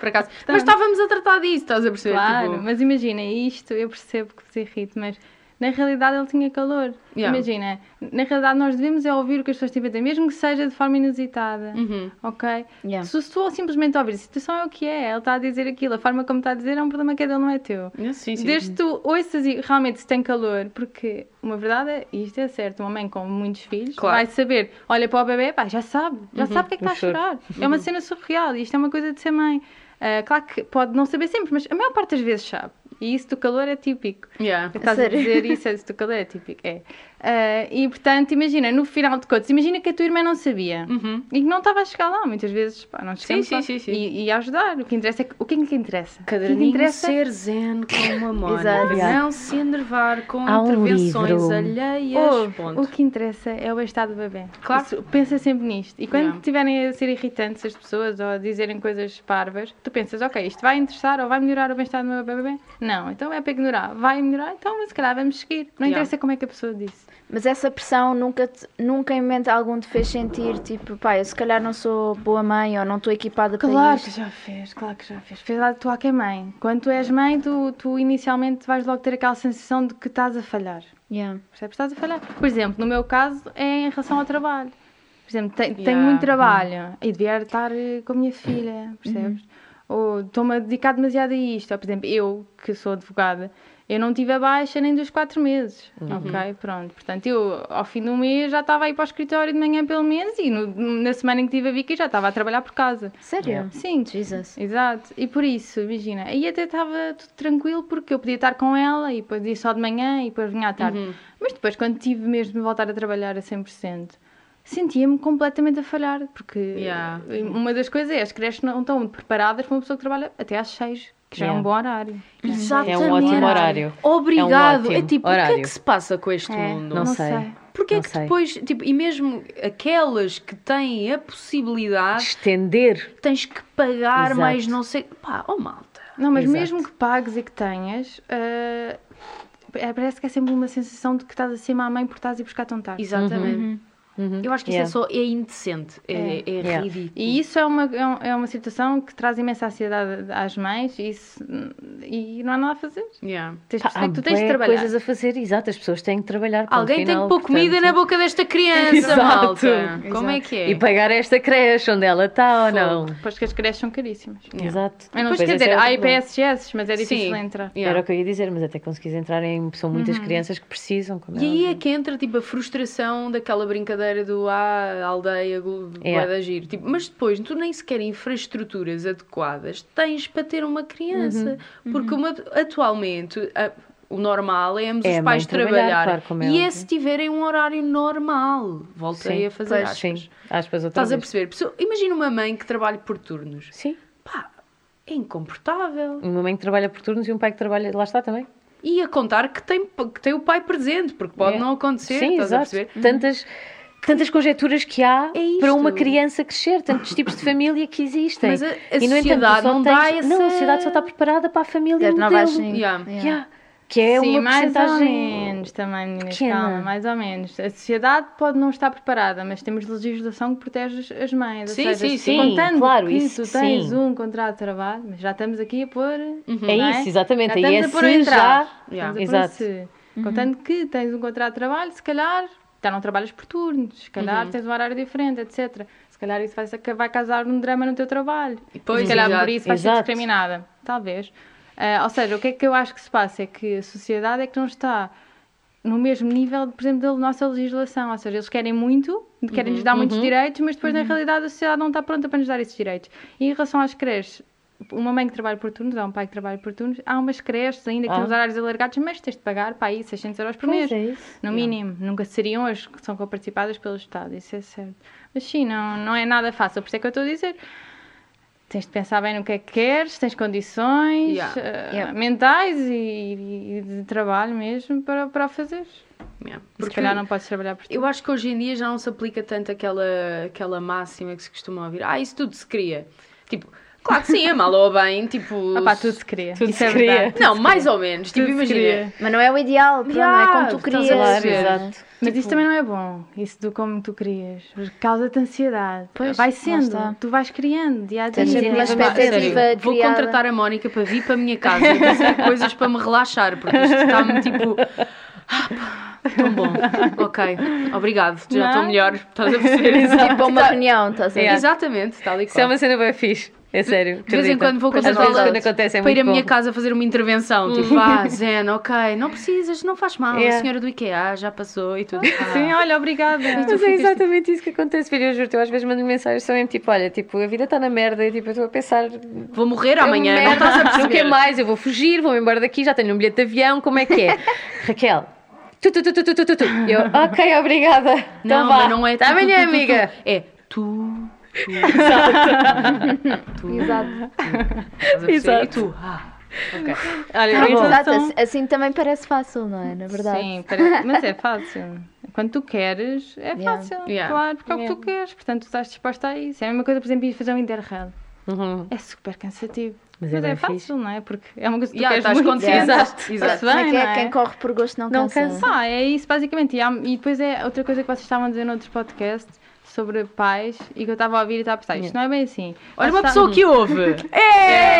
por acaso. Mas estávamos a tratar disso, estás a perceber?
Claro,
Tipo,
mas imagina, isto eu percebo que vos irrite, mas na realidade ele tinha calor.
Yeah.
Imagina, na realidade nós devemos é ouvir o que as pessoas têm para dizer, mesmo que seja de forma inusitada,
Hum. Tipo, uhum.
ok?
Yeah.
Se tu simplesmente ouvir, a situação é o que é, ele está a dizer aquilo, a forma como está a dizer é um problema que é dele, não é teu.
Sim, sim.
Desde que tu ouças e realmente se tem calor, porque uma verdade é, e isto é certo, uma mãe com muitos filhos
Claro. Uhum.
vai saber, olha para o bebê, pá, já sabe, já sabe o que é que
o
está a chorar. É uma cena surreal, e isto é uma coisa de ser mãe. Ah, claro que pode não saber sempre, mas a maior parte das vezes sabe. E isso do calor é típico.
Yeah.
Estás a
sério?
dizer isso, é isso do calor é típico. É. Ah, e portanto, imagina, no final de contas, imagina que a tua irmã não sabia
Uhum.
e que não estava a chegar lá, muitas vezes, pá, não chegamos
sim,
lá.
sim, sim.
E, e a ajudar. O que interessa é que, o que é que interessa? O que é que
Caderninho
interessa
ser zen como a Mónica.
Exato.
Não se enervar com
Há um
intervenções
livro.
alheias.
Ouve,
ponto.
o que interessa é o bem-estar do bebê.
Claro.
Isso, pensa sempre nisto. E quando
Yeah.
estiverem a ser irritantes as pessoas ou a dizerem coisas parvas, tu pensas, ok, isto vai interessar ou vai melhorar o bem-estar do meu bebê? Não, então é para ignorar. Vai melhorar, então mas se calhar vamos seguir. Não
Yeah.
interessa como é que a pessoa disse.
Mas essa pressão nunca, te- nunca em momento algum te fez sentir tipo, pá, eu se calhar não sou boa mãe ou não estou equipada para
Claro
isto.
que já fez, claro que já fez. Fez lá de tu que é mãe. Quando tu és mãe, tu, tu inicialmente vais logo ter aquela sensação de que estás a falhar.
Yeah.
Percebes? Estás a falhar. Por exemplo, no meu caso, é em relação ao trabalho. Por exemplo, te- tenho
Yeah.
muito
Uhum.
trabalho e devia estar eh, com a minha filha, percebes? Ou estou-me a dedicar demasiado a isto. Ou, por exemplo, eu, que sou advogada, Eu não tive a baixa nem dos quatro meses.
Uhum.
Ok, pronto. Portanto, eu ao fim do mês já estava a ir para o escritório de manhã pelo menos e no- na semana em que tive a Vicky já estava a trabalhar por casa.
Sério?
Sim,
Jesus.
Exato, e por isso, imagina, aí até estava tudo tranquilo porque eu podia estar com ela e depois ia só de manhã e depois vinha à tarde. Mas depois, quando tive mesmo de voltar a trabalhar a 100%, sentia-me completamente a falhar. Porque
Yeah.
uma das coisas é as creches não estão preparadas para uma pessoa que trabalha até às 6, que já é um
Yeah.
bom horário.
Exatamente.
É um ótimo horário.
Obrigado. É,
É um ótimo
tipo, o que é
horário.
que se passa com este
É,
mundo?
Não,
Não
sei.
sei.
Porque é
não
que
sei.
depois, tipo, e mesmo aquelas que têm a possibilidade,
Estender.
tens que pagar
Exato.
mais não sei. Pá, oh malta.
Não, mas
Exato.
mesmo que pagues e que tenhas, ah, é- parece que é sempre uma sensação de que estás acima à mãe porque estás a ir buscar tão tarde.
Exatamente.
Uhum.
Eu acho que
Yeah.
isso é só. É indecente. É,
É.
é
Yeah.
ridículo.
E isso é uma, é um- é uma situação que traz imensa ansiedade às mães e, isso, e não há nada a fazer.
Yeah.
Tens de
Pá,
perceber
há
que tu tens de
bué
trabalhar.
coisas a fazer, exato, as pessoas têm que trabalhar. ponto
Alguém tem
final,
que pôr comida na
portanto.
boca desta criança,
Exato.
malta. Como é que é?
E pagar esta creche onde ela está ou não.
Depois que as creches são caríssimas.
Yeah.
Exato.
Eu não
Pois
quer
esse
dizer,
é
há
outro problema.
IPSS, mas é difícil
Sim.
entrar.
Yeah. Uhum.
Era o que eu ia dizer, mas até conseguis entrar em. São muitas crianças que precisam. Como
E
é
aí
óbvio.
é que entra tipo a frustração daquela brincadeira do ah, aldeia, glo-
É.
vai de agir. Tipo, mas depois tu nem sequer infraestruturas adequadas tens para ter uma criança.
Uhum.
Porque uma- atualmente a- o normal é ambos
É a
os
mãe
pais
trabalhar,
trabalhar.
claro, como é
e é
óbvio.
se tiverem um horário normal. Voltei
Sim,
a fazer
pois,
aspas.
Sim, aspas outra
Estás a
vez.
perceber? Pessoa- Imagina uma mãe que trabalha por turnos.
Sim.
Pá, é incomportável.
Uma mãe que trabalha por turnos e um pai que trabalha. Lá está também.
E a contar que tem, que tem o pai presente, porque pode
É.
não acontecer.
Sim,
estás a
exato.
perceber?
Tantas. Tantas conjecturas que há
É isto.
para uma criança crescer, tantos tipos de família que existem.
Mas a- a
no
sociedade
só
não dá essa-
Não, a sociedade só tá está preparada para a família
Não
modelo.
vais sim.
Yeah.
Yeah.
Yeah. Que é
Sim,
uma
mais ou
porcentagem
menos também, meninas,
pequena.
calma, mais ou menos. A sociedade pode não estar preparada, mas temos legislação que protege as- as mães. ou
Sim,
seja,
sim,
se-
sim,
Contando
claro,
que
isso
tu tens
sim.
um contrato de trabalho, mas já estamos aqui a pôr... não
É isso, exatamente. Aí
estamos
é
a pôr
se já-
um entrave. Estamos a pôr um
Exato.
se. Contando que tens um contrato de trabalho, se calhar já não trabalhas por turnos, se calhar tens um horário diferente, etc. Se calhar isso vai, ser- vai causar um drama no teu trabalho.
Pois,
se calhar
exato.
por isso vais ser
Exato.
discriminada. Talvez. Ah, ou seja, o que é que eu acho que se passa? É que a sociedade é que não está no mesmo nível, por exemplo, da nossa legislação. Ou seja, eles querem muito, querem
Uhum,
nos dar muitos direitos, mas depois, na realidade, a sociedade não está pronta para nos dar esses direitos. E em relação às creches, uma mãe que trabalha por turnos, há um pai que trabalha por turnos, há umas creches ainda que
Ah.
têm os horários alargados, mas tens de pagar para aí 600 euros por
Pois
mês.
é isso.
No mínimo, nunca seriam as que são coparticipadas pelo Estado, isso é certo. Mas sim, não, não é nada fácil, por isso é que eu estou a dizer. Tens de pensar bem no que é que queres, tens condições
Yeah.
eh,
Yeah.
mentais e, e de trabalho mesmo para, para o fazer.
Yeah.
Porque se
Porque
calhar não podes trabalhar por ti.
eu acho que hoje em dia já não se aplica tanto aquela, aquela máxima que se costuma ouvir. Ah, isso tudo se cria. Tipo, claro que sim, é mal ou bem, tipo...
Opá, Ah, tudo se cria.
Tudo
isso
se
é
cria.
verdade.
Não, mais ou menos. Tipo,
Tudo se
imagina.
cria.
Mas não é o ideal, pronto, não é como tu
Yeah,
querias.
estás a
Claro,
perceber?
exato.
Mas isso também não é bom, isso do como tu querias. Causa-te ansiedade.
Pois,
Vai
lá está.
sendo, tu vais criando dia a dia.
Tens sempre uma
Vai-
expectativa
Ah, Sério, vou
criada.
contratar a Mónica para vir para a minha casa e dizer coisas para me relaxar, porque isto está-me tipo. "Ah, pá, Tão bom. Ok, obrigado. Já estou
Não?
melhor. Estás a perceber?
Tipo uma
Então,
reunião, estás a ver?
Exatamente, tal e
Isso é
qual.
uma cena bem fixe. É
De
sério.
vez em
acredita.
quando vou
Às
contratar
vezes
alguém
quando acontece é
para ir à
muito
minha
bom. Hum.
casa fazer uma intervenção. Tipo, ah, Zen, ok, não precisas, não faz mal. A
Yeah.
senhora do IKEA já passou e tudo. Ah,
Sim, olha, obrigada.
Mas é
assim.
exatamente isso que acontece, filho. Eu juro, eu às vezes mando mensagens são mesmo tipo: olha, tipo, a vida está na merda e tipo, eu estou a pensar.
Vou morrer
eu
amanhã, não
merda,
estás a
Não
perceber.
quero é mais, eu vou fugir, vou-me embora daqui, já tenho um bilhete de avião, como é que é? Raquel. Tu, tu, tu, tu, tu, tu, tu. Eu, ok, obrigada.
Não,
então vá.
mas não é.
Até
tu, tu,
amanhã,
tu, tu, tu.
amiga.
É tu. tu, tu,
Então,
Exato.
estás a perceber?
Exato.
E tu? Ah, ok.
Olha,
Ah,
por isso-
exato, assim- assim também parece fácil, não é? Na verdade.
então, Sim, parece- mas é fácil. Quando tu queres, é
Yeah.
fácil,
Yeah.
claro, porque é o que tu queres. Portanto, tu estás disposta a isso. É a mesma coisa, por exemplo, ir fazer um interrail.
Uhum.
É super cansativo.
Mas
Mas,
é
é,
bem
fácil,
fixe.
não é? Porque é uma coisa que tu
Yeah, estás
queres muito.
consciente.
Exato.
Exato.
Está-se bem,
Como é que
não
é?
é?
Quem corre por gosto não
Não
cansa.
cansa.
Pá, é isso basicamente. E, há- e depois é outra coisa que vocês estavam a dizer noutros podcasts sobre pais e que eu estava a ouvir e estava a pensar, isto não é bem assim.
Olha
Vocês
tá.
uma pessoa
estavam-
que ouve.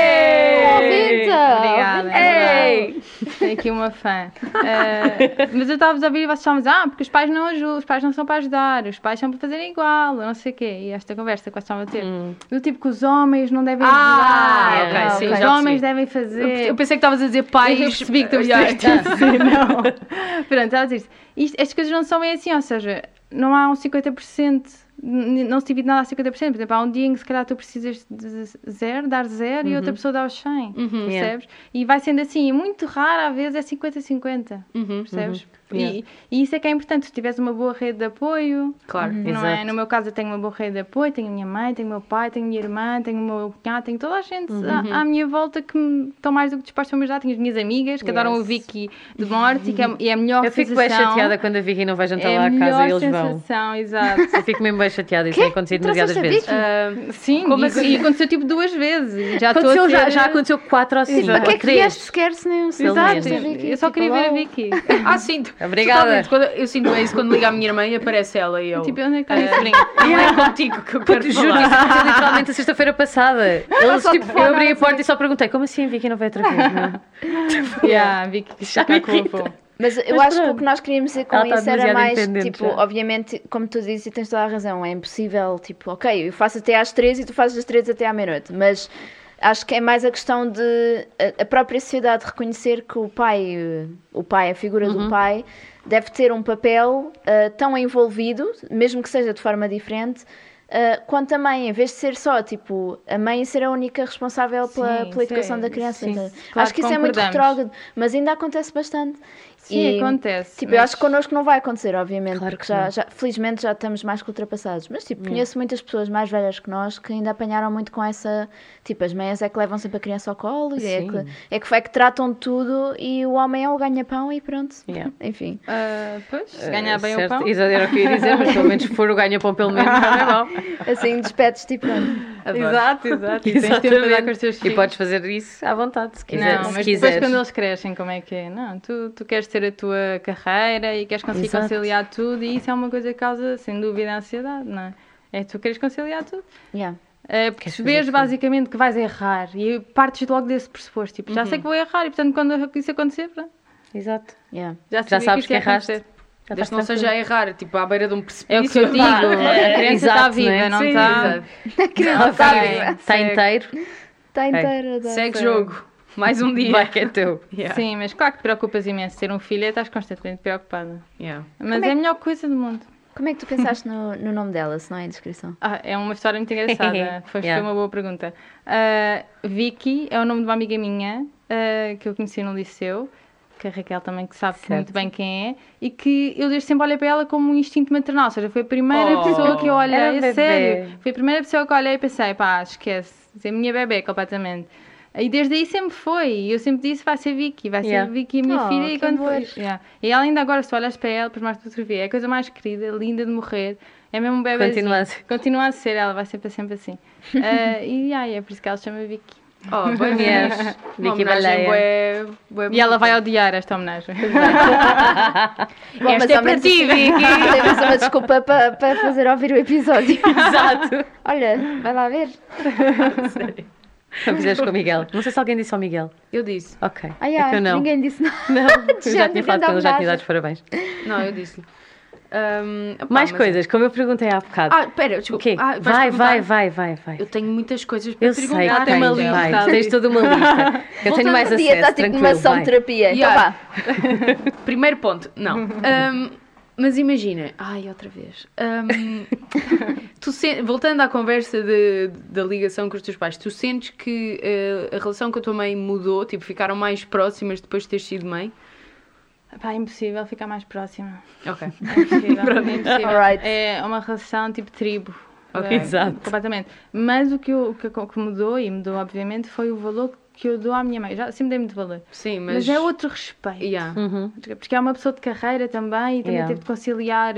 Ei!
Obrigada. é
Ei!
Tem aqui uma fã. Eh, mas eu estava-vos a ouvir e vocês estavam a dizer, ah, porque os pais não ajudam, os pais não são para ajudar, os pais são para fazerem igual, não sei o quê. E esta conversa que vocês estavam a ter, do tipo que os homens não devem
Hum. Ah,
ajudar.
ok, ok, sim,
Os
já
homens
percebi.
devem
Eu,
É.
fazer.
eu pensei que estavas a dizer pais.
Eu percebi que estavas
Yeah.
a dizer, não. Pronto, ela diz isto, estas coisas não são bem assim, ou seja, não há um 50%, n- não se divide nada a 50%. Por exemplo, há um dia em que se calhar tu precisas de zero, dar zero e outra pessoa dá os 100, percebes?
Yeah.
E vai sendo assim, e muito rara a vez é 50-50,
Uhum,
percebes?
uhum. Yeah.
E, e isso é que é importante, se tiveres uma boa rede de apoio,
Claro.
não é?
Exato.
No meu caso, eu tenho uma boa rede de apoio, tenho a minha mãe, tenho o meu pai, tenho a minha irmã, tenho o meu cunhado, tenho toda a gente ah, à, à minha volta que me estão mais do que dispostos a me ajudar. Tenho as minhas amigas que adoram o
Yes.
Vicky de morte e que é, e é a melhor
Eu fico
sensação.
bem chateada quando a Vicky não vai jantar
é
lá
a
a
melhor
casa e eles vão.
sensação, exato.
Eu fico mesmo bem chateada, isso tem acontecido demasiadas
Trouxeste a
vezes.
Ah,
Sim,
Como
e,
assim?
e aconteceu tipo duas vezes. Já estou a
Aconteceu,
ser...
já, já aconteceu quatro ou cinco.
Para
Ah,
que é
ou
que vieste
três.
sequer se nem um se
Pelo
Exato,
menos.
Vicky,
eu só
tipo,
queria ver a
lol.
Vicky.
ah, sinto.
Obrigada.
Totalmente. Quando- eu sinto bem isso quando liga à minha irmã e aparece ela e eu.
tipo, onde é que está esse
Ah,
brinco?
Não é contigo que eu quero
Puto, Juro, isso
falar.
aconteceu literalmente a sexta-feira passada. Eles, tipo, eu abri a porta e só perguntei: como assim a Vicky não veio outra vez? Não?
Yeah, a Vicky, fica com
Mas eu
Mas
acho que o
pronto.
que nós queríamos dizer com
Ela está
isso era
demasiado
mais,
independente
tipo,
já.
obviamente, como tu dizes e tens toda a razão, é impossível, tipo, ok, eu faço até às três e tu fazes das três até à meia-noite, mas acho que é mais a questão de a, a própria sociedade reconhecer que o pai, eh, o pai, a figura do pai, deve ter um papel eh, tão envolvido, mesmo que seja de forma diferente, eh, quanto a mãe, em vez de ser só, tipo, a mãe ser a única responsável pela,
Sim,
pela educação
sim,
da criança.
sim,
então,
claro
acho que isso é muito
concordamos.
retrógrado, mas ainda acontece bastante.
Sim,
E-
acontece.
Tipo,
mas-
eu acho que connosco não vai acontecer, obviamente,
Claro que
porque já,
não.
já- felizmente já estamos mais que ultrapassados. Mas, tipo, conheço muitas pessoas mais velhas que nós que ainda apanharam muito com essa. Tipo, as meias é que levam sempre a criança ao colo, e é
Sim.
que, é que vai que tratam de tudo e o homem é o ganha-pão e pronto.
Yeah.
Enfim.
Ah, pois, se ganhar bem o
É, Eh, Certo,
pão.
Exato, era o que eu ia dizer, mas pelo menos se for o ganha-pão, pelo menos não é mau.
Assim, despedes, tipo, pronto.
Adoro.
Exato, exato. E tens tempo para dar com os teus
E
filhos.
podes fazer isso à vontade, se quiser.
Não,
se
mas depois
quiseres.
quando eles crescem, como é que é? Não, tu, tu queres ter a tua carreira e queres conseguir
Exato.
conciliar tudo e isso é uma coisa que causa, sem dúvida, a ansiedade, não é? É tu queres conciliar tudo.
Yeah.
É, perceberes basicamente que vais errar e partes logo desse pressuposto. Tipo, já
Uhum.
sei que vou errar e portanto quando isso acontecer, pronto,
Exato.
Yeah.
já,
Já
sabia
sabes
isto ia
que erraste.
acontecer.
Já
Desde
estás
que não
Tá, tranquilo.
seja a errar, tipo, à beira de um
É o
precipício.
que eu digo,
pá.
a criança está
Exato, não
viva,
é?
não tá.
Sim,
está?
exato.
Está está
segue.
Tá inteiro,
Está inteira. dá.
Segue jogo. Mais um dia.
vai que é teu.
Yeah.
Sim, mas claro que te preocupas imenso. Ter um filho é estás constantemente preocupada.
Yeah.
Mas é a melhor coisa do mundo.
Como é que tu pensaste no, no nome dela, se não é a descrição?
Ah, é uma história muito engraçada. Foi, foi
Yeah.
uma boa pergunta. Ah, Vicky é o nome de uma amiga minha ah, que eu conheci no liceu, que a Raquel também que sabe muito bem quem é, e que eu desde sempre olhei para ela como um instinto maternal. Ou seja, foi a primeira
Oh.
pessoa que eu olhei,
Era um
a
bebê.
sério. Foi a primeira pessoa que eu olhei e pensei, pá, esquece, é a minha bebê completamente. E desde aí sempre foi. E eu sempre disse, vai ser Vicky, vai
Yeah.
ser Vicky, a minha
Oh,
filha. E
que
quando
amor.
foi, Yeah. E ela ainda agora, se tu olhas para ela, para mais fotografia, é a coisa mais querida, linda de morrer. É mesmo um bebezinho.
Continua a ser.
Continua a ser, ela vai sempre, sempre assim. Ah, e ai, é por isso que ela se chama Vicky.
Oh, bem
Yes.
fixe.
Vicky
Uma homenagem bué- bué
E ela vai odiar esta homenagem.
Bom,
Esta é
ao
para
menos
ti, Vicky.
assim Temos uma desculpa para, para fazer ouvir o episódio.
Exato.
Olha, vai lá ver.
Vamos ver com o Miguel. Não sei se alguém disse ao Miguel.
Eu disse.
Ok.
Ah,
é que
yeah,
eu não.
ninguém disse nada.
Não, eu já
Gente,
tinha
grande
falado que ele já tinha dado os
homenagem.
parabéns.
Não, eu disse. Ahm, opá,
Mais
mas- é.
coisas, como eu perguntei há bocado.
Ah, pera,
o
desculpa.
quê?
Ah, vais
vai,
perguntar?
vai, vai, vai, vai.
Eu tenho muitas coisas para
Eu sei,
perguntar.
que
tem uma
tens,
lista
vai.
ali.
Tens toda uma lista. Eu tenho mais
Todo
acesso,
dia está tipo numa
tranquilo,
ação de
vai.
terapia. Então
Yeah.
vá.
Primeiro ponto, não. Ahm, mas imagina, ai, outra vez. Ahm, tu sen- Voltando à conversa de- da ligação com os teus pais, tu sentes que eh, a relação com a tua mãe mudou? Tipo, ficaram mais próximas depois de teres sido mãe?
Pá, é impossível ficar mais próxima.
Ok.
É impossível. é, impossível.
Alright.
É uma relação tipo tribo.
Ok.
É,
Exato.
Completamente. Mas o que, eu- o que- o que mudou, e mudou obviamente, foi o valor que eu dou à minha mãe. Já sempre dei muito valor.
Sim, mas.
Mas, é outro respeito.
Yeah.
Uhum.
Porque é uma pessoa de carreira também e também
Yeah.
teve de conciliar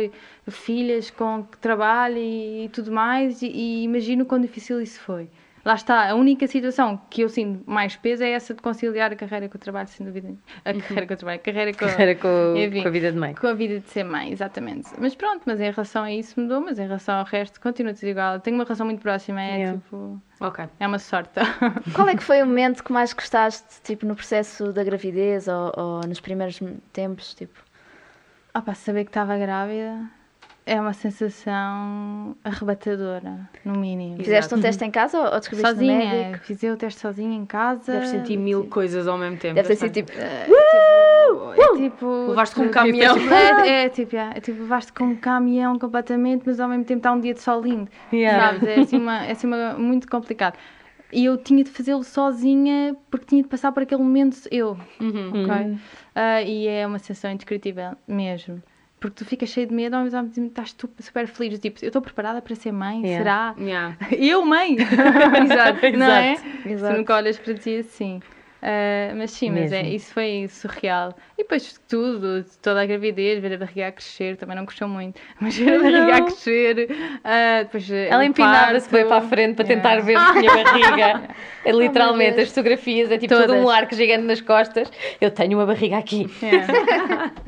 filhas com trabalho e, e tudo mais. E, e imagino quão difícil isso foi. Lá está, a única situação que eu sinto mais peso é essa de conciliar a carreira com o trabalho, sem dúvida. A carreira com o trabalho, a carreira com,
Era Uhum. com,
Enfim.
com a vida de mãe.
com a vida de ser mãe, exatamente. Mas pronto, mas em relação a isso mudou, mas em relação ao resto continua tudo igual. Eu Tenho uma relação muito próxima, é
Yeah.
tipo.
Ok.
É uma sorte.
Qual é que foi o momento que mais gostaste, tipo, no processo da gravidez ou, ou nos primeiros tempos, tipo?
Ah pá, saber que estava grávida. É uma sensação arrebatadora, no mínimo.
Fizeste um teste em casa ou, ou descobriste no médico?
Sozinha, fiz eu o teste sozinha em casa.
Deves sentir mil coisas ao mesmo tempo.
Ah, Deve ter sido tipo.
Eh, Uh!
É tipo.
Levaste com um caminhão.
É, é, tipo, yeah, é tipo, levaste com um caminhão completamente, mas ao mesmo tempo está um dia de sol lindo.
Yeah.
Sabes? É assim, uma, é assim uma- muito complicado. E eu tinha de fazê-lo sozinha porque tinha de passar por aquele momento eu.
Uhum.
ok?
Uhum.
Ah, e é uma sensação indescritível mesmo. Porque tu ficas cheio de medo, mas ao mesmo tempo estás tu- super feliz. Tipo, eu estou preparada para ser mãe?
Yeah.
Será?
tipo-
Yeah.
Eu, mãe! Exato, não é?
Exato.
Se nunca olhas para ti assim. Ah, mas sim, mas é,
Mesmo.
isso foi surreal. E depois de tudo, de toda a gravidez, ver a barriga a crescer, também não cresceu muito, mas ver a barriga a crescer, ah, depois
Ela empinava-se bem para a frente para tentar ver a minha barriga. É literalmente, as
Deus.
fotografias, é tipo todo
Todas.
um arco gigante nas costas. Eu tenho uma barriga aqui.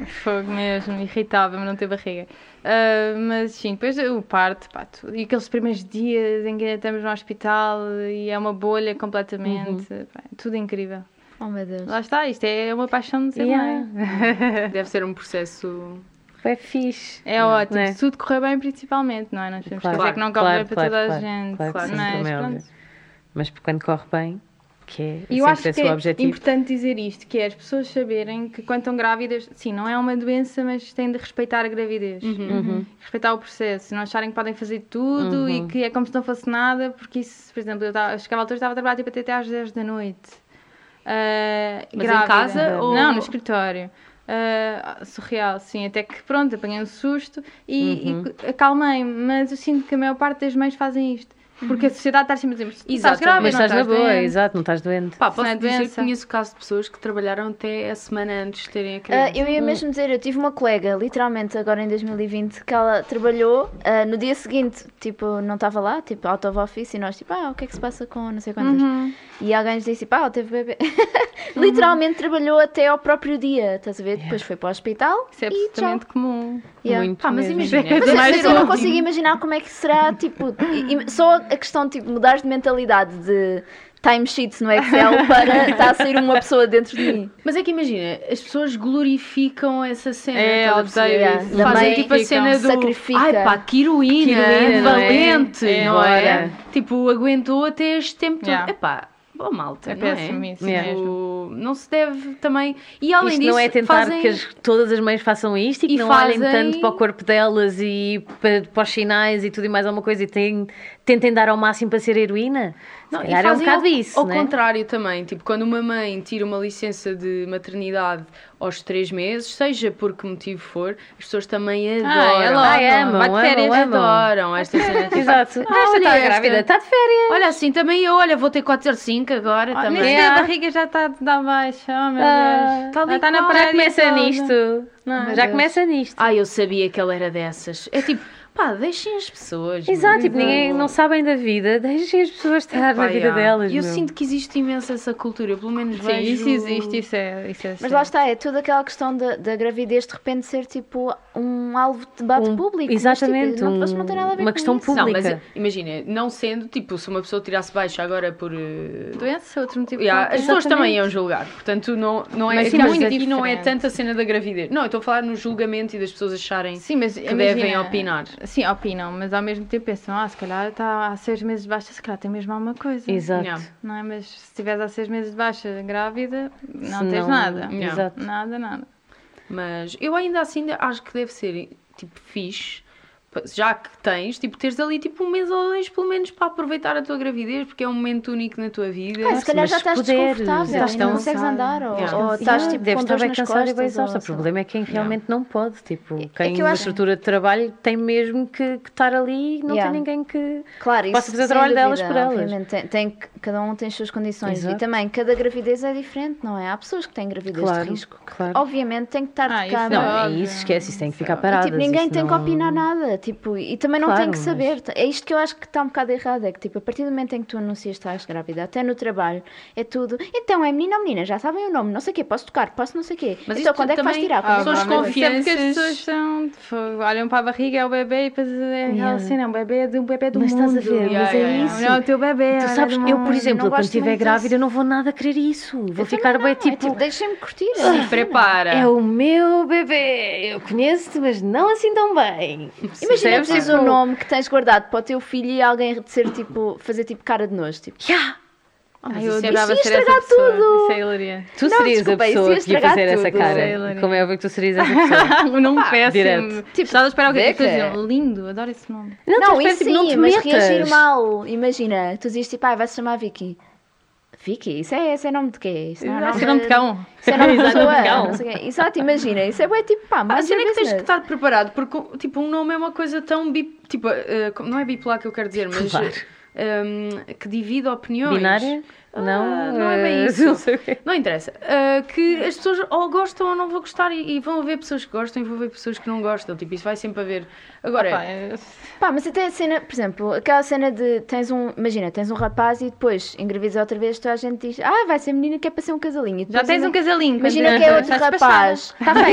É. Fogo mesmo, irritava-me não ter barriga. Ah, mas sim, depois o parto, pá, tudo. e aqueles primeiros dias em que ainda estamos no hospital e é uma bolha completamente,
Uhum.
pá, tudo incrível.
tipo,
Oh meu Deus.
Lá está, isto é uma paixão de ser
Yeah.
mãe.
Deve ser um processo.
Foi fixe.
É ótimo,
né?
se tudo correr bem, principalmente, não é? Nós temos
Claro.
que dizer que não corre bem para toda a gente,
Claro, que sim,
mas
como é
pronto.
óbvio. Mas quando corre bem, que é
E eu
sempre
acho
esse
que
o
é
objetivo.
importante dizer isto, que é as pessoas saberem que quando estão grávidas, sim, não é uma doença, mas têm de respeitar a gravidez.
Uhum,
Uhum. Respeitar o processo, não acharem que podem fazer tudo
Uhum.
e que é como se não fosse nada, porque isso, por exemplo, eu estava- chegava à altura, estava a trabalhar tipo, até, até às 10 da noite. Ah,
Mas em
grávida.
casa ou-
Não, no escritório. Ah, surreal, sim, até que pronto, apanhei um susto e,
Uhum.
e acalmei-me, mas eu sinto que a maior parte das mães fazem isto. Porque a sociedade está sempre a dizer, "Mas tu estás
Uhum. Exatamente.
grávida,
Mas
não
estás na boa,
doente."
exato, não estás doente.
Pá,
Isso não
posso
é
dizer que
doença.
conheço caso de pessoas que trabalharam até a semana antes de terem a
Ah,
criança.
eu ia mesmo dizer, eu tive uma colega, literalmente agora em 2020, que ela trabalhou ah, no dia seguinte, tipo, não estava lá, tipo, out of office, e nós, tipo, ah, o que é que se passa com não sei quantas? E alguém nos disse, pá, ela teve bebê. literalmente trabalhou até ao próprio dia, estás a ver? Depois foi para o hospital.
Isso é
e tchau.
absolutamente comum.
Yeah.
Muito
Pá, mas
mesmo.
imagina.
Mas
Mas,
Mais
mas eu não
ótimo.
consigo imaginar como é que será, tipo, e- e- só a questão de tipo, mudar de mentalidade de timesheets no Excel para está a sair uma pessoa dentro de mim.
Mas é que imagina, as pessoas glorificam essa cena.
É,
estás a
odeio
perceber?
isso.
Fazem
Também
tipo a cena do.
sacrifica.
Ai pá, que
Que
heroína,
heroína, não é?
valente,
É,
não é?
bora.
Tipo, aguentou até este tempo todo.
Yeah.
É pá, boa malta.
É
não
péssimo
é?
isso
Yeah.
mesmo.
Tipo, não se deve também. E além
isto
disso,
não é tentar
fazem...
que as- todas as mães façam isto e que
E
não olhem
fazem-
tanto para o corpo delas e para, para os sinais e tudo e mais alguma coisa e tentem- tentem dar ao máximo para ser heroína. Se
Não, e
calhar é um
fazem
bocado
ao,
isso,
Ao
né?
contrário também, tipo, quando uma mãe tira uma licença de maternidade aos três meses, seja por que motivo for, as pessoas também adoram.
Ah, é logo.
Ai, amam,
Vai de férias,
amam, amam.
adoram esta cena. tipo,
Exato.
olha
esta está
esta.
grávida, está de férias.
Olha, assim também eu, olha, vou ter 405 agora
Ah,
também.
Nesse
Yeah.
dia a barriga já está de dar baixa, oh meu
Ah,
Deus.
tal e
Já está na
qual.
praia
Já começa
toda.
nisto.
Não,
Já começa nisto.
Ah, eu sabia que ele era dessas. É tipo, pá, deixem as pessoas. meu.
Exato, tipo, ninguém não sabem da vida, deixem as pessoas estar na
Pá,
vida
yeah.
delas.
E eu
meu.
sinto que existe imenso essa cultura, eu pelo menos
Sim,
vejo...
isso existe, isso é, isso é
Mas
sério.
lá está, é tudo aquela questão da, da gravidez de repente ser tipo um alvo de debate
Um-
público.
exatamente,
Mas, tipo, não,
um-
isso não tem nada a ver
uma
com
questão
isso.
Não, mas
Pública.
imagina, não sendo, tipo, se uma pessoa tirasse baixa agora por... eh,
Doença, é outro tipo motivo.
Yeah, as
qualquer.
pessoas
Exatamente.
também iam julgar, portanto não, não é
Mas
é que
sim,
acho
muito
que aqui não é
diferente.
tanto a cena da gravidez. Não, eu estou a falar no julgamento e das pessoas acharem
Sim, mas
que devem opinar.
Sim, opinam, mas ao mesmo tempo pensam, ah, se calhar está há seis meses de baixa, se calhar tem mesmo alguma coisa.
Exato.
Yeah.
Não é? Mas se estiveres há seis meses de baixa grávida, não
Se
tens
não-
nada.
Yeah.
Exato.
Nada, nada.
Mas eu ainda assim ainda acho que deve ser tipo fixe, pa- já que tens, tipo, teres ali tipo um mês ou dois pelo menos para aproveitar a tua gravidez, porque é um momento único na tua vida.
Ah, se calhar
mas
já
se
estás
puderes,
desconfortável,
estás
ainda não
tão
consegues
cansada.
andar, ou,
Yeah.
ou estás
Yeah,
tipo
deve
com
estar
dores
bem
nas
cansada e
costas,
bem
ou
exausta. O
sei lá.
problema é quem realmente não pode. Tipo, quem
É que eu
uma
acho-
estrutura de trabalho tem mesmo que, que estar ali e não
Yeah.
tem ninguém que.
Claro, isso
Posso fazer o
sem
trabalho delas
dúvida,
por elas.
obviamente. Tem, tem que- cada um tem as suas condições
Exato.
e também cada gravidez é diferente, não é? Há pessoas que têm gravidez
Claro,
de risco.
claro.
Obviamente tem que estar
Ah,
de
isso
cama.
Não,
Não,
é
óbvio.
isso, esquece, isso tem que ficar
E,
parado.
tipo, ninguém tem que opinar nada, tipo, e também não
Claro,
tem que
mas-
saber. É isto que eu acho que está um bocado errado, é que tipo, a partir do momento em que tu anuncias que estás grávida, até no trabalho, é tudo. Então é menina ou menina, já sabem o nome, não sei o quê, posso tocar, posso não sei o quê.
Mas
então
isto
quando é que vais
também-
tirar?
Ah,
Quando é que
São as
vais tirar?
Provavelmente.
confianças-
Sempre que as pessoas são, tipo, olham para a barriga, é o bebê e depois é aquela
Yeah.
cena, é um bebê é de um bebê do
Mas
mundo.
estás a ver,
Yeah,
mas é
yeah, yeah.
isso.
Não, é o teu bebê.
Tu
olha,
sabes,
do
eu,
mundo.
por exemplo,
não
quando
gosto
estiver
muito
grávida,
disso.
eu não vou nada querer isso. Vou ficar bem
Não, é,
tipo.
deixem-me curtir. É.
Se prepara.
É o meu bebê, eu conheço-te, mas não assim tão bem.
Imagina
percebes?
que tens
Tipo,
um nome que tens guardado para o teu filho e alguém ser tipo, fazer tipo cara de nojo. Tipo, yeah,
Ah,
Mas
eu
isso é-
adorava
isso ia
ser essa
estragar
pessoa.
tudo.
Isso é hilaria.
Tu
Não,
serias
desculpa,
a
isso
pessoa
ia
que ia
estragar
fazer essa
tudo.
Sei,
cara.
Lorena.
Como é óbvio que tu serias essa pessoa.
um nome péssimo.
direto.
Tipo, estás a esperar o quê?
Beca.
Tipo, diziam, Lindo, adoro esse nome.
não,
estás
isso
perto, tipo, não
sim,
te
mas
metas.
reagir mal. Imagina, tu dizes tipo, ah, vai-se chamar Vicky. Vicky, isso é, isso é nome de quê? Isso não é
Não,
nome,
não me cão.
Isso é nome de
Exato, nome de
pessoa.
cão.
não sei o quê. Exato, imagina. Isso é bué tipo, pá,
A
mas
cena é que tens que estar preparado, porque tipo, um nome é uma coisa tão bi... tipo, eh, como- não é bipolar que eu quero dizer, mas
Claro.
eh, que divide opiniões.
Binária?
Ah,
é Não,
não é bem
eh,
isso.
Não sei o quê.
Não interessa. Ah, que as pessoas ou gostam ou não vão gostar e, e vão haver pessoas que gostam e vão haver pessoas que não gostam. Tipo, isso vai sempre haver. Agora,
Pá, é-
Pá, mas até a cena, por exemplo, aquela cena de tens um, imagina, tens um rapaz e depois engravida outra vez, toda a gente diz, ah, vai ser menina que é para ser um casalinho. E
Já
depois
tens
ainda-
um casalinho.
Imagina
quando
que é outro
estás
rapaz. Está bem.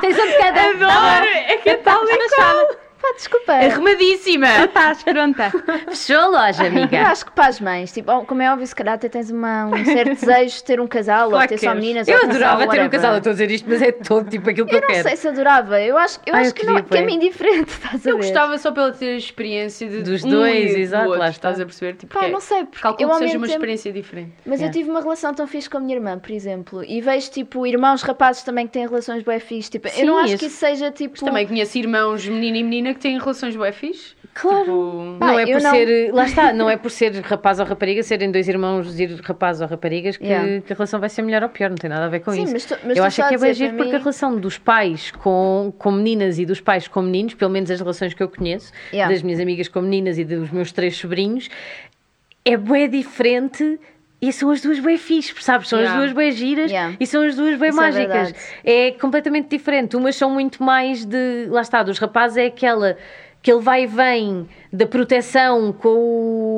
tens um de cada.
Adoro! É que é tal e qual! É
Pá, desculpa.
é-
Arrumadíssima!
despachada. Estás pronta.
Fechou a loja,
Eu
amiga.
acho que para as mães, tipo, oh, como é óbvio, se calhar até tens uma, um certo desejo de ter um casal ou
Claro
ter
que
só
queres.
meninas.
Eu
ou ter só
adorava ter um
whatever.
casal, eu estou a dizer isto, mas é todo tipo aquilo que eu,
Eu não
quero.
sei se adorava, eu acho, eu
Ah,
acho
eu
que, não,
queria
que é
bué.
meio diferente, estás a
Eu
ver?
gostava só pela ter a experiência de
Dos
um
dois,
e do
exato,
outro,
lá está.
estás a perceber? Tipo,
Pá,
que é-
não sei, porque
calculo
eu
que
ao
seja
mesmo
uma
tempo-
experiência diferente.
Mas eu
Yeah.
tive uma relação tão fixe com a minha irmã, por exemplo, e vejo, tipo, irmãos rapazes também que têm relações bué fixe, tipo,
Sim,
eu não acho
isso-
que isso seja, tipo...
Mas também conheço irmãos, menino e menina, que têm relações bué fixe. Claro.
Pá,
Tipo, não é
eu
por
não-
ser, lá está, não é por ser rapaz ou rapariga, serem dois irmãos ir rapaz ou raparigas que,
Yeah.
que a relação vai ser melhor ou pior, não tem nada a ver com
Sim,
isso.
mas tu- mas
eu
tu
acho
só
que é
a
bem
dizer
giro
para
porque a
mim-
relação dos pais com, com meninas e dos pais com meninos, pelo menos as relações que eu conheço,
Yeah.
das minhas amigas com meninas e dos meus três sobrinhos, é bem diferente. E são as duas bem fixe, sabes? São
Yeah.
as duas bem giras
Yeah.
e são as duas bem
Isso é
mágicas.
verdade.
É completamente diferente. Umas são muito mais de. Lá está, dos rapazes é aquela. Que ele vai e vem da proteção com,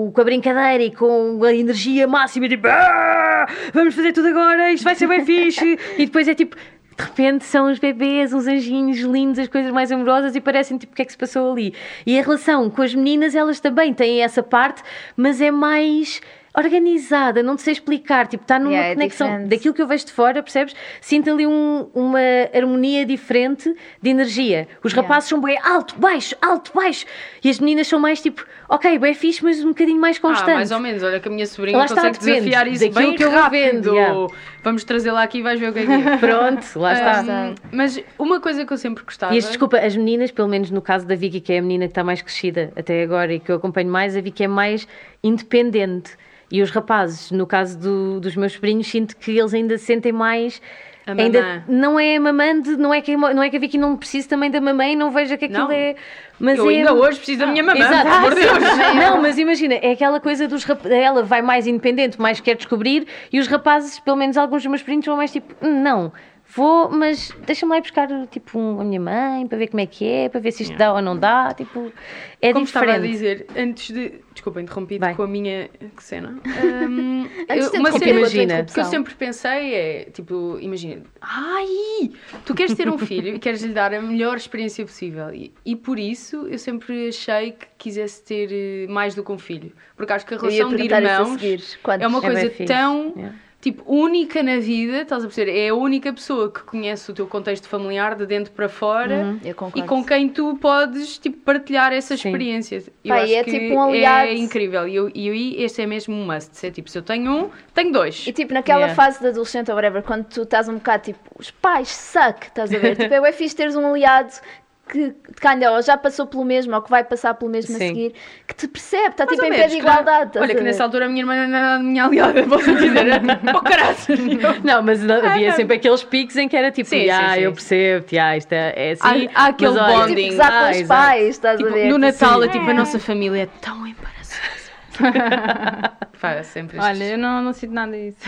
o- com a brincadeira e com a energia máxima, tipo, "Ah, vamos fazer tudo agora, isto vai ser bem fixe. E depois é tipo, de repente são os bebês, uns anjinhos lindos, as coisas mais amorosas e parecem tipo, o que é que se passou ali? E a relação com as meninas, elas também têm essa parte, mas é mais organizada, não te sei explicar, tipo, está numa
Yeah, é
conexão
diferente.
daquilo que eu vejo de fora, percebes? Sinto ali um- uma harmonia diferente de energia. Os
Yeah.
rapazes são bem alto, baixo, alto, baixo. E as meninas são mais tipo, ok, bem fixe, mas um bocadinho mais constante.
Ah, mais ou menos. Olha que a minha sobrinha
Lá está,
consegue
depende
desafiar isso
daquilo
bem
que eu vou
rápido.
vendo, yeah.
Vamos trazê-la aqui e vais ver o que é que é.
Pronto, lá está.
Ahm, mas uma coisa que eu sempre gostava...
E as, desculpa, as meninas, pelo menos no caso da Vicky, que é a menina que está mais crescida até agora e que eu acompanho mais, a Vicky é mais independente. E os rapazes, no caso do- dos meus sobrinhos, sinto que eles ainda se sentem mais.
A mamã.
ainda não é mamãe, não é que não é que a Vicky não precise também da mamãe, não veja que aquilo
Não.
é, mas
Eu
é
ainda hoje preciso da
Ah,
minha mamãe,
Exato.
pelo amor de Deus.
Não, mas imagina, é aquela coisa dos rap... ela vai mais independente, mais quer descobrir, e os rapazes, pelo menos alguns dos meus primos, vão mais tipo, "Hum, não, vou, mas deixa-me lá ir buscar tipo um- a minha mãe para ver como é que é, para ver se isto dá ou não dá, tipo, é
Como estava a
diferente.
dizer, antes de. Desculpa, interrompi
Vai.
com a minha cena. Hum,
Antes de
eu- uma cena
a
interromper
tua Imagina.
que eu
interrupção.
sempre pensei é: tipo, imagina, ai, tu queres ter um filho e queres lhe dar a melhor experiência possível. E, e por isso eu sempre achei que quisesse ter eh, mais do que um filho. Porque acho que a
Eu ia
relação de
perguntar isso a
irmãos
seguir. Quantos?
é uma
É bem
coisa
fixe,
tão
yeah.
tipo única na vida, estás a perceber? É a única pessoa que conhece o teu contexto familiar de dentro para fora
Eu
e
concordo.
com quem tu podes tipo, partilhar essa
Sim.
experiência. Eu
Pá, e
acho
é
que
tipo um aliado.
É incrível. E eu, e eu- e este é mesmo um must. É tipo, se eu tenho um, tenho dois.
E tipo, naquela
Yeah.
fase de adolescente ou whatever, quando tu estás um bocado tipo, os pais suck, estás a ver? tipo, é bué fixe teres um aliado que ainda ou já passou pelo mesmo ou que vai passar pelo mesmo a
Sim.
seguir, que te percebe, está
Mais
tipo
ou
em pé
menos,
de
claro.
igualdade. estás
Olha,
a
que
ver?
nessa altura a minha irmã não era nada minha aliada, posso dizer. Pô, caralho!
Não, mas não- havia sempre aqueles picos em que era tipo,
Ah, Sim, sim,
ah,
sim.
eu percebo, ah, isto é, é assim.
Há- há aquele
mas olha-
bonding.
Tipo, gozar
Ah,
com os
exato.
pais, estás
Tipo,
a ver?
no
Tipo,
Natal, é, tipo, a nossa família é tão embaraçosa. Faz sempre
Olha,
estes.
eu não, não sinto nada disso.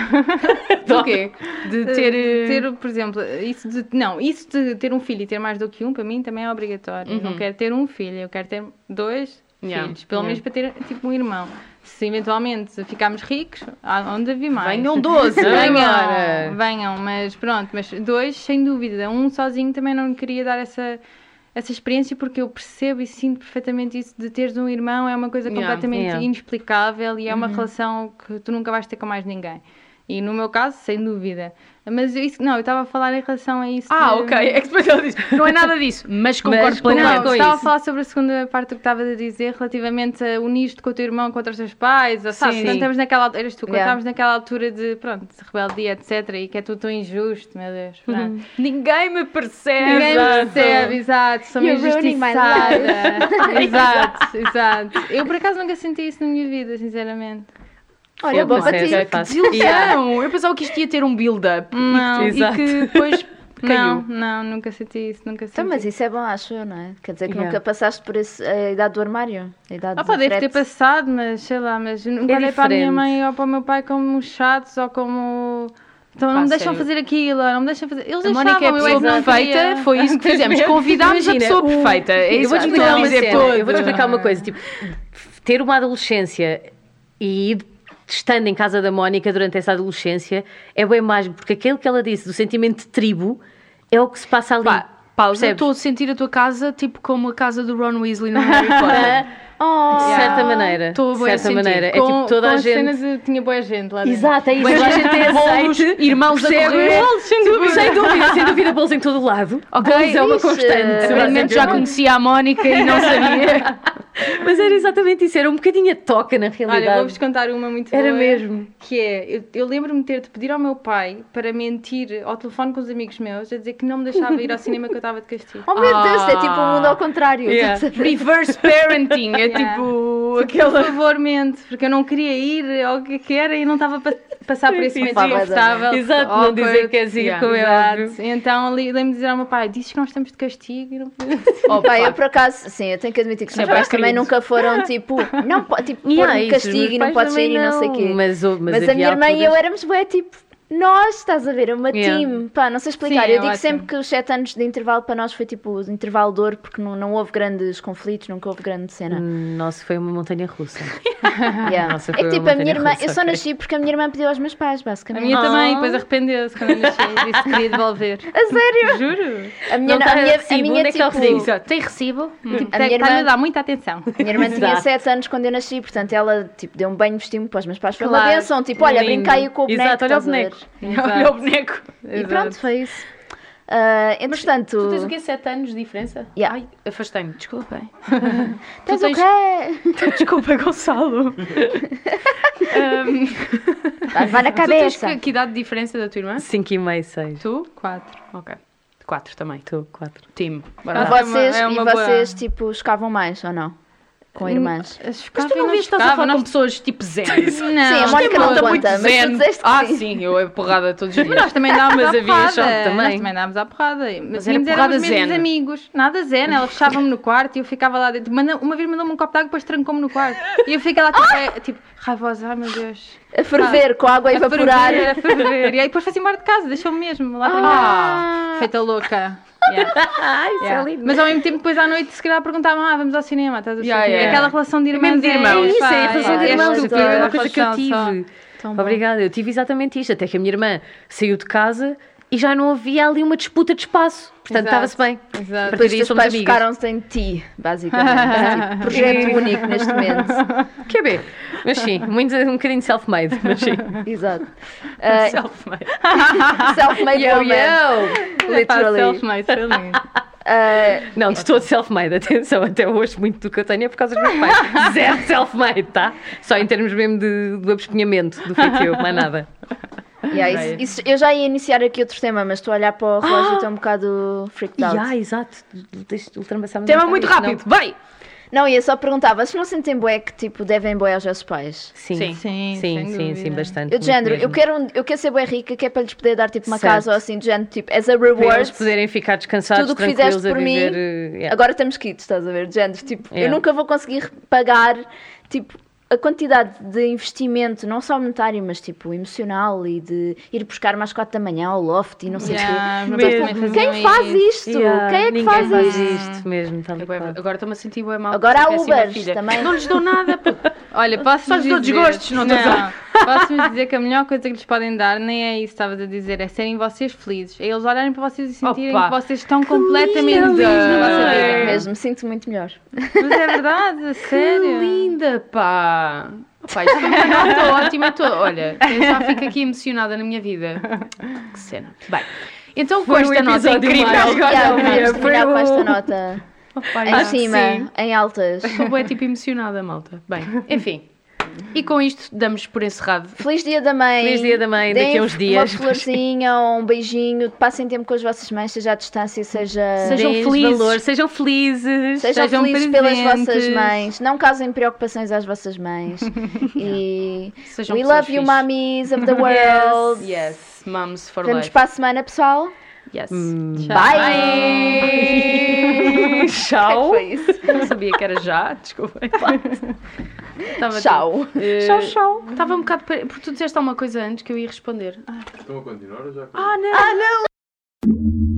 do quê? De ter. eh,
ter, por exemplo, isso de, não, isso de ter um filho e ter mais do que um, para mim também é obrigatório. Eu não quero ter um filho, eu quero ter dois
Uhum. Yeah.
filhos, pelo menos para ter tipo um irmão. Se eventualmente ficarmos ricos, há onde havia mais.
Venham 12,
Venham,
agora.
venham, mas pronto, mas dois, sem dúvida. Um sozinho também não queria dar essa, essa experiência porque eu percebo e sinto perfeitamente isso de teres um irmão é uma coisa
Yeah, Uhum.
completamente
yeah.
inexplicável e é uma relação que tu nunca vais ter com mais ninguém. E no meu caso, sem dúvida. Mas eu- isso, não, eu estava a falar em relação a isso.
Ah,
de-
ok. É que depois ela diz, não é nada disso, mas concordo
Mas
plenamente
é
Não,
com
estava a
isso.
falar sobre a segunda parte do que estava a dizer relativamente a unir-te com o teu irmão contra os teus pais, ou sabes,
Sim.
quando estamos naquela altura, eras tu, quando
Yeah.
estávamos naquela altura de, pronto, de rebeldia, etc, e que é tudo tão injusto, meu Deus,
Uhum.
pronto.
Ninguém me percebe.
Ninguém percebe, exato, sou uma
É You're ruining my
injustiçada. exato, exato. Eu por acaso nunca senti isso na minha vida, sinceramente.
Olha, é tipo
Eu
bom para
confesso,
ti.
eu
Que
faço.
desilusão!
Yeah.
Eu pensava que isto ia ter um build-up
Não.
e, que- e que depois
Não,
caiu.
não, nunca senti isso, nunca senti.
Então, mas isso é bom, acho eu, não é? Quer dizer que
Yeah.
nunca passaste por esse- a idade do armário? A idade
Ah, pá,
do
deve ter
frete.
passado, mas sei lá, mas eu nunca
É
olhei para a minha
diferente.
mãe ou para o meu pai como chatos ou como. Então não
Pá,
me deixam
sério.
fazer aquilo, ou não me deixam fazer. Eles
A Mónica é a
deixavam, eu
pessoa
é que
perfeita,
queria.
foi isso que fizemos. Convidámos a
Imagina,
pessoa
o-
perfeita. É
eu
isso
vou te
que
explicar
estão a
uma
dizer
cena, eu vou te
todos.
explicar uma coisa, tipo, ter uma adolescência e ir estando em casa da Mónica durante essa adolescência é bem mágico, porque aquilo que ela disse do sentimento de tribo é o que se passa ali.
Pá, pausa.
Percebes?
Estou a sentir a tua casa tipo como a casa do Ron Weasley no Harry Potter.
De certa maneira,
Estou a
de
bué a
certa
sentir.
maneira, é
Com,
tipo toda
com
a
as
gente...
cenas de- tinha boa gente lá dentro.
Exato, é isso.
Mas
toda
a gente tem bolos, irmãos a
percebe?
correr.
Bolos, sem dúvida.
Sem dúvida, sem dúvida, bolos em todo o lado.
Ok,
Bolos é uma
Ixi.
constante.
Aparentemente já conhecia a Mónica e não sabia.
Mas era exatamente isso, era um bocadinho a toca na realidade.
Olha, vou-vos contar uma muito
Era
boa,
mesmo.
Que é, eu, eu lembro-me de ter de pedir ao meu pai para mentir ao telefone com os amigos meus, a dizer que não me deixava ir ao cinema que eu estava de castigo.
Oh meu
Ah.
Deus, é tipo o mundo ao contrário.
Yeah.
Reverse parenting. É
Yeah.
tipo
Por
aquela.
favor, mente, porque eu não queria ir ao que que era e não estava para passar por esse
Sim,
momento
pá, vai dar.
desconfortável.
Exato, não
awkward.
dizer que és ir
Yeah,
como é óbvio.
Exato. Então li- lembro-me de dizer ao meu pai: dizes que nós estamos de castigo e não podemos.
Oh,
Pá,
pá.
eu por acaso, sim, eu tenho que admitir que os meus
Sempre
pais
é
também
querido.
nunca foram tipo, não, po- tipo, pôr
Yeah,
um
é isso, os
castigo
meus
e não
pais
podes sair
também
e não sei o quê.
Mas, houve- mas
Mas, a
havia
minha irmã e eu
alturas-
éramos bué, tipo, nós, estás a ver, é uma
Yeah.
team. Pá, não sei explicar.
Sim, é
eu digo
ótimo.
sempre que os 7 anos de intervalo para nós foi tipo o intervalo de ouro, porque não, não houve grandes conflitos, nunca houve grande
é-
cena.
Nossa, foi uma montanha russa.
Yeah.
Ah, Nossa,
é
foi uma
que tipo, a minha
montanha
irmã,
russa,
eu só
ok.
nasci porque a minha irmã pediu aos meus pais,
A
basicamente.
minha
Ah.
também, depois arrependeu-se quando eu nasci e disse que queria devolver.
A sério?
Juro.
A minha,
Não
a
tá
minha, a
recibo,
minha,
onde é que é o
tipo,
recibo?
Exato. Tem recibo?
Tipo,
A
tem-
minha irmã-
Está-me a dar muita atenção.
a minha irmã tinha
Exato.
7 anos quando eu nasci, portanto ela tipo, deu um banho vestido para os meus pais. Foi uma
Claro.
bênção, tipo, olha,
Lindo.
brinca aí com o boneco.
Exato, olha o
estás a ver?
boneco.
Olha o boneco.
E pronto, foi isso. Ah, entretanto,
Tu tens o quê? 7 anos de diferença?
Yeah.
Ai, afastei-me, desculpem.
tens
tu
o quê?
Desculpa, Gonçalo. Ahm,
Vai- Vai na
tu tens
cabeça.
que, que idade de diferença da tua irmã?
5 e meio, 6.
Tu?
Quatro.
Ok. Quatro também.
Estou 4.
Time.
E
Bora lá.
Vai.
vocês,
É uma- é uma Hum,
e vocês tipo, escavam mais ou não? Com irmãs?
Mas tu não viste estás a falar com pessoas tipo zen. Isto
Não,
Sim, a
não
Mónica
é
não
malta
conta,
muito
mas tu
zen.
disseste que
ah,
sim.
sim, eu é porrada todos os dias.
Nós também dávamos
Mas
a
havia
porrada.
choque também.
Nós também dávamos à porrada. Mas,
era
éramos
porrada
os mesmos
zen.
amigos. Nada zen. Ela fechava-me no quarto e eu ficava lá dentro. Manda- Uma vez mandou-me um copo de água e depois trancou-me no quarto. E eu fiquei lá tipo, é, tipo raivosa. Ai meu Deus.
A ferver, com a água a evaporar.
ferver, a ferver. E aí depois foi-se embora de casa. Deixou-me mesmo lá
Ah.
trancada. Feita louca. Yeah.
Ai, isso
Yeah.
é lindo.
Mas ao mesmo tempo, depois à noite, se calhar perguntavam: Ah, vamos ao cinema, estás a ver?
Yeah, yeah.
Aquela relação de
É mesmo
irmãos.
de irmãos.
Isso, é a
pá,
razão
é
de irmãos,
estúpido,
foi
é
uma coisa que eu
relação só.
tive.
Tão bom.
Obrigada, eu tive exatamente isto, até que a minha irmã saiu de casa e já não havia ali uma disputa de espaço. Portanto,
Exato.
estava-se bem.
Exato.
A partir
Depois
daí
os teus
somos
pais
amigas.
ficaram sem ti, basicamente. Tipo, projeto único neste momento.
Que é bem. Mas sim, muito, um bocadinho self-made, mas sim.
Exato. Ah,
Self-made.
Self-made woman,
Pá,
literally.
self-made, foi lindo.
Ah,
Não, de todo self-made, atenção, até hoje muito do que eu tenho é por causa dos meus pais. Zero self-made, tá? Só em termos mesmo de, do abespinhamento do feitio, mais nada.
yeah, isso- isso- eu já ia iniciar aqui outro tema, mas estou a olhar para o
Ah!
relógio e estou um bocado freaked
E
out.
ah, exato, deixa ultrapassar
Tema muito rápido. Vai!
Não, ia só perguntar, vocês não sentem bué que tipo, devem bué aos vossos pais?
Sim,
Sim.
sim,
Sim,
sim,
sem
sim, sim,
dúvida.
bastante.
Eu de género, eu quero, um- eu quero ser bué rica, que é para lhes poder dar tipo uma casa ou assim, de género, tipo, as a
Para
reward.
eles poderem ficar descansados,
tudo o que
tranquilos
fizeste por
a
mim,
viver. eh, yeah.
Agora estamos quites, estás a ver? De género, tipo, eu
Yeah.
nunca vou conseguir pagar, tipo, a quantidade de investimento, não só monetário, mas tipo, emocional e de ir buscar mais quatro da manhã ao loft e não sei o
Yeah,
quê.
mas
Tipo,
também faziam
quem faz
isso.
isto?
Yeah,
Quem é que
ninguém
faz,
faz
isto?
isto mesmo? Tal e
Agora-
qual.
Agora estou-me a sentir bem mal.
Agora há
porque é assim, minha
Ubers
filha.
também.
Não lhes dou nada. pô.
Olha, posso
Só lhes dou desgostos, não estás a-
Posso-vos dizer que a melhor coisa que lhes podem dar nem é isso que estavas a dizer, é serem vocês felizes. É eles olharem para vocês e sentirem
Opa,
que vocês estão completamente
linda!
felizes na vossa
Eu
vida.
mesmo, sinto muito melhor.
Mas é verdade,
Que
a sério.
linda, pá. Pá, isto foi uma nota ótima. Estou, olha, eu já fico aqui emocionada na minha vida. Que cena. Bem, então com
Foi um
esta nota
episódio
incrível.
mais-
agora-
Yeah,
Olha,
vamos
foi
terminar com
o-
um.
esta nota.
Opa,
Em
já.
cima,
Oh, Sim.
em altas.
Estou bué, tipo emocionada, malta. Bem, enfim. E com isto damos por encerrado.
Feliz dia da mãe.
Feliz Dia da Mãe,
Deem
daqui a uns dias.
Uma florzinha ou um beijinho. Passem tempo com as vossas mães, seja à distância, seja.
Seja- Sejam
Deem
felizes.
valor, sejam felizes.
Sejam,
sejam
felizes pelas
presentes.
vossas mães. Não causem preocupações às vossas mães. e.
Sejam
We
pessoas
love you,
fixe.
mummies of the world.
Yes, mums for
Vamos
life.
para a semana, pessoal.
Yes.
Bye! Tchau!
É Foi isso.
Não sabia que era já, desculpem. Estava
Tchau.
Eh,
Tchau, tchau. Estava um bocado. pare- Porque tu disseste alguma coisa antes que eu ia responder.
Estão a continuar ou já
Ah, não!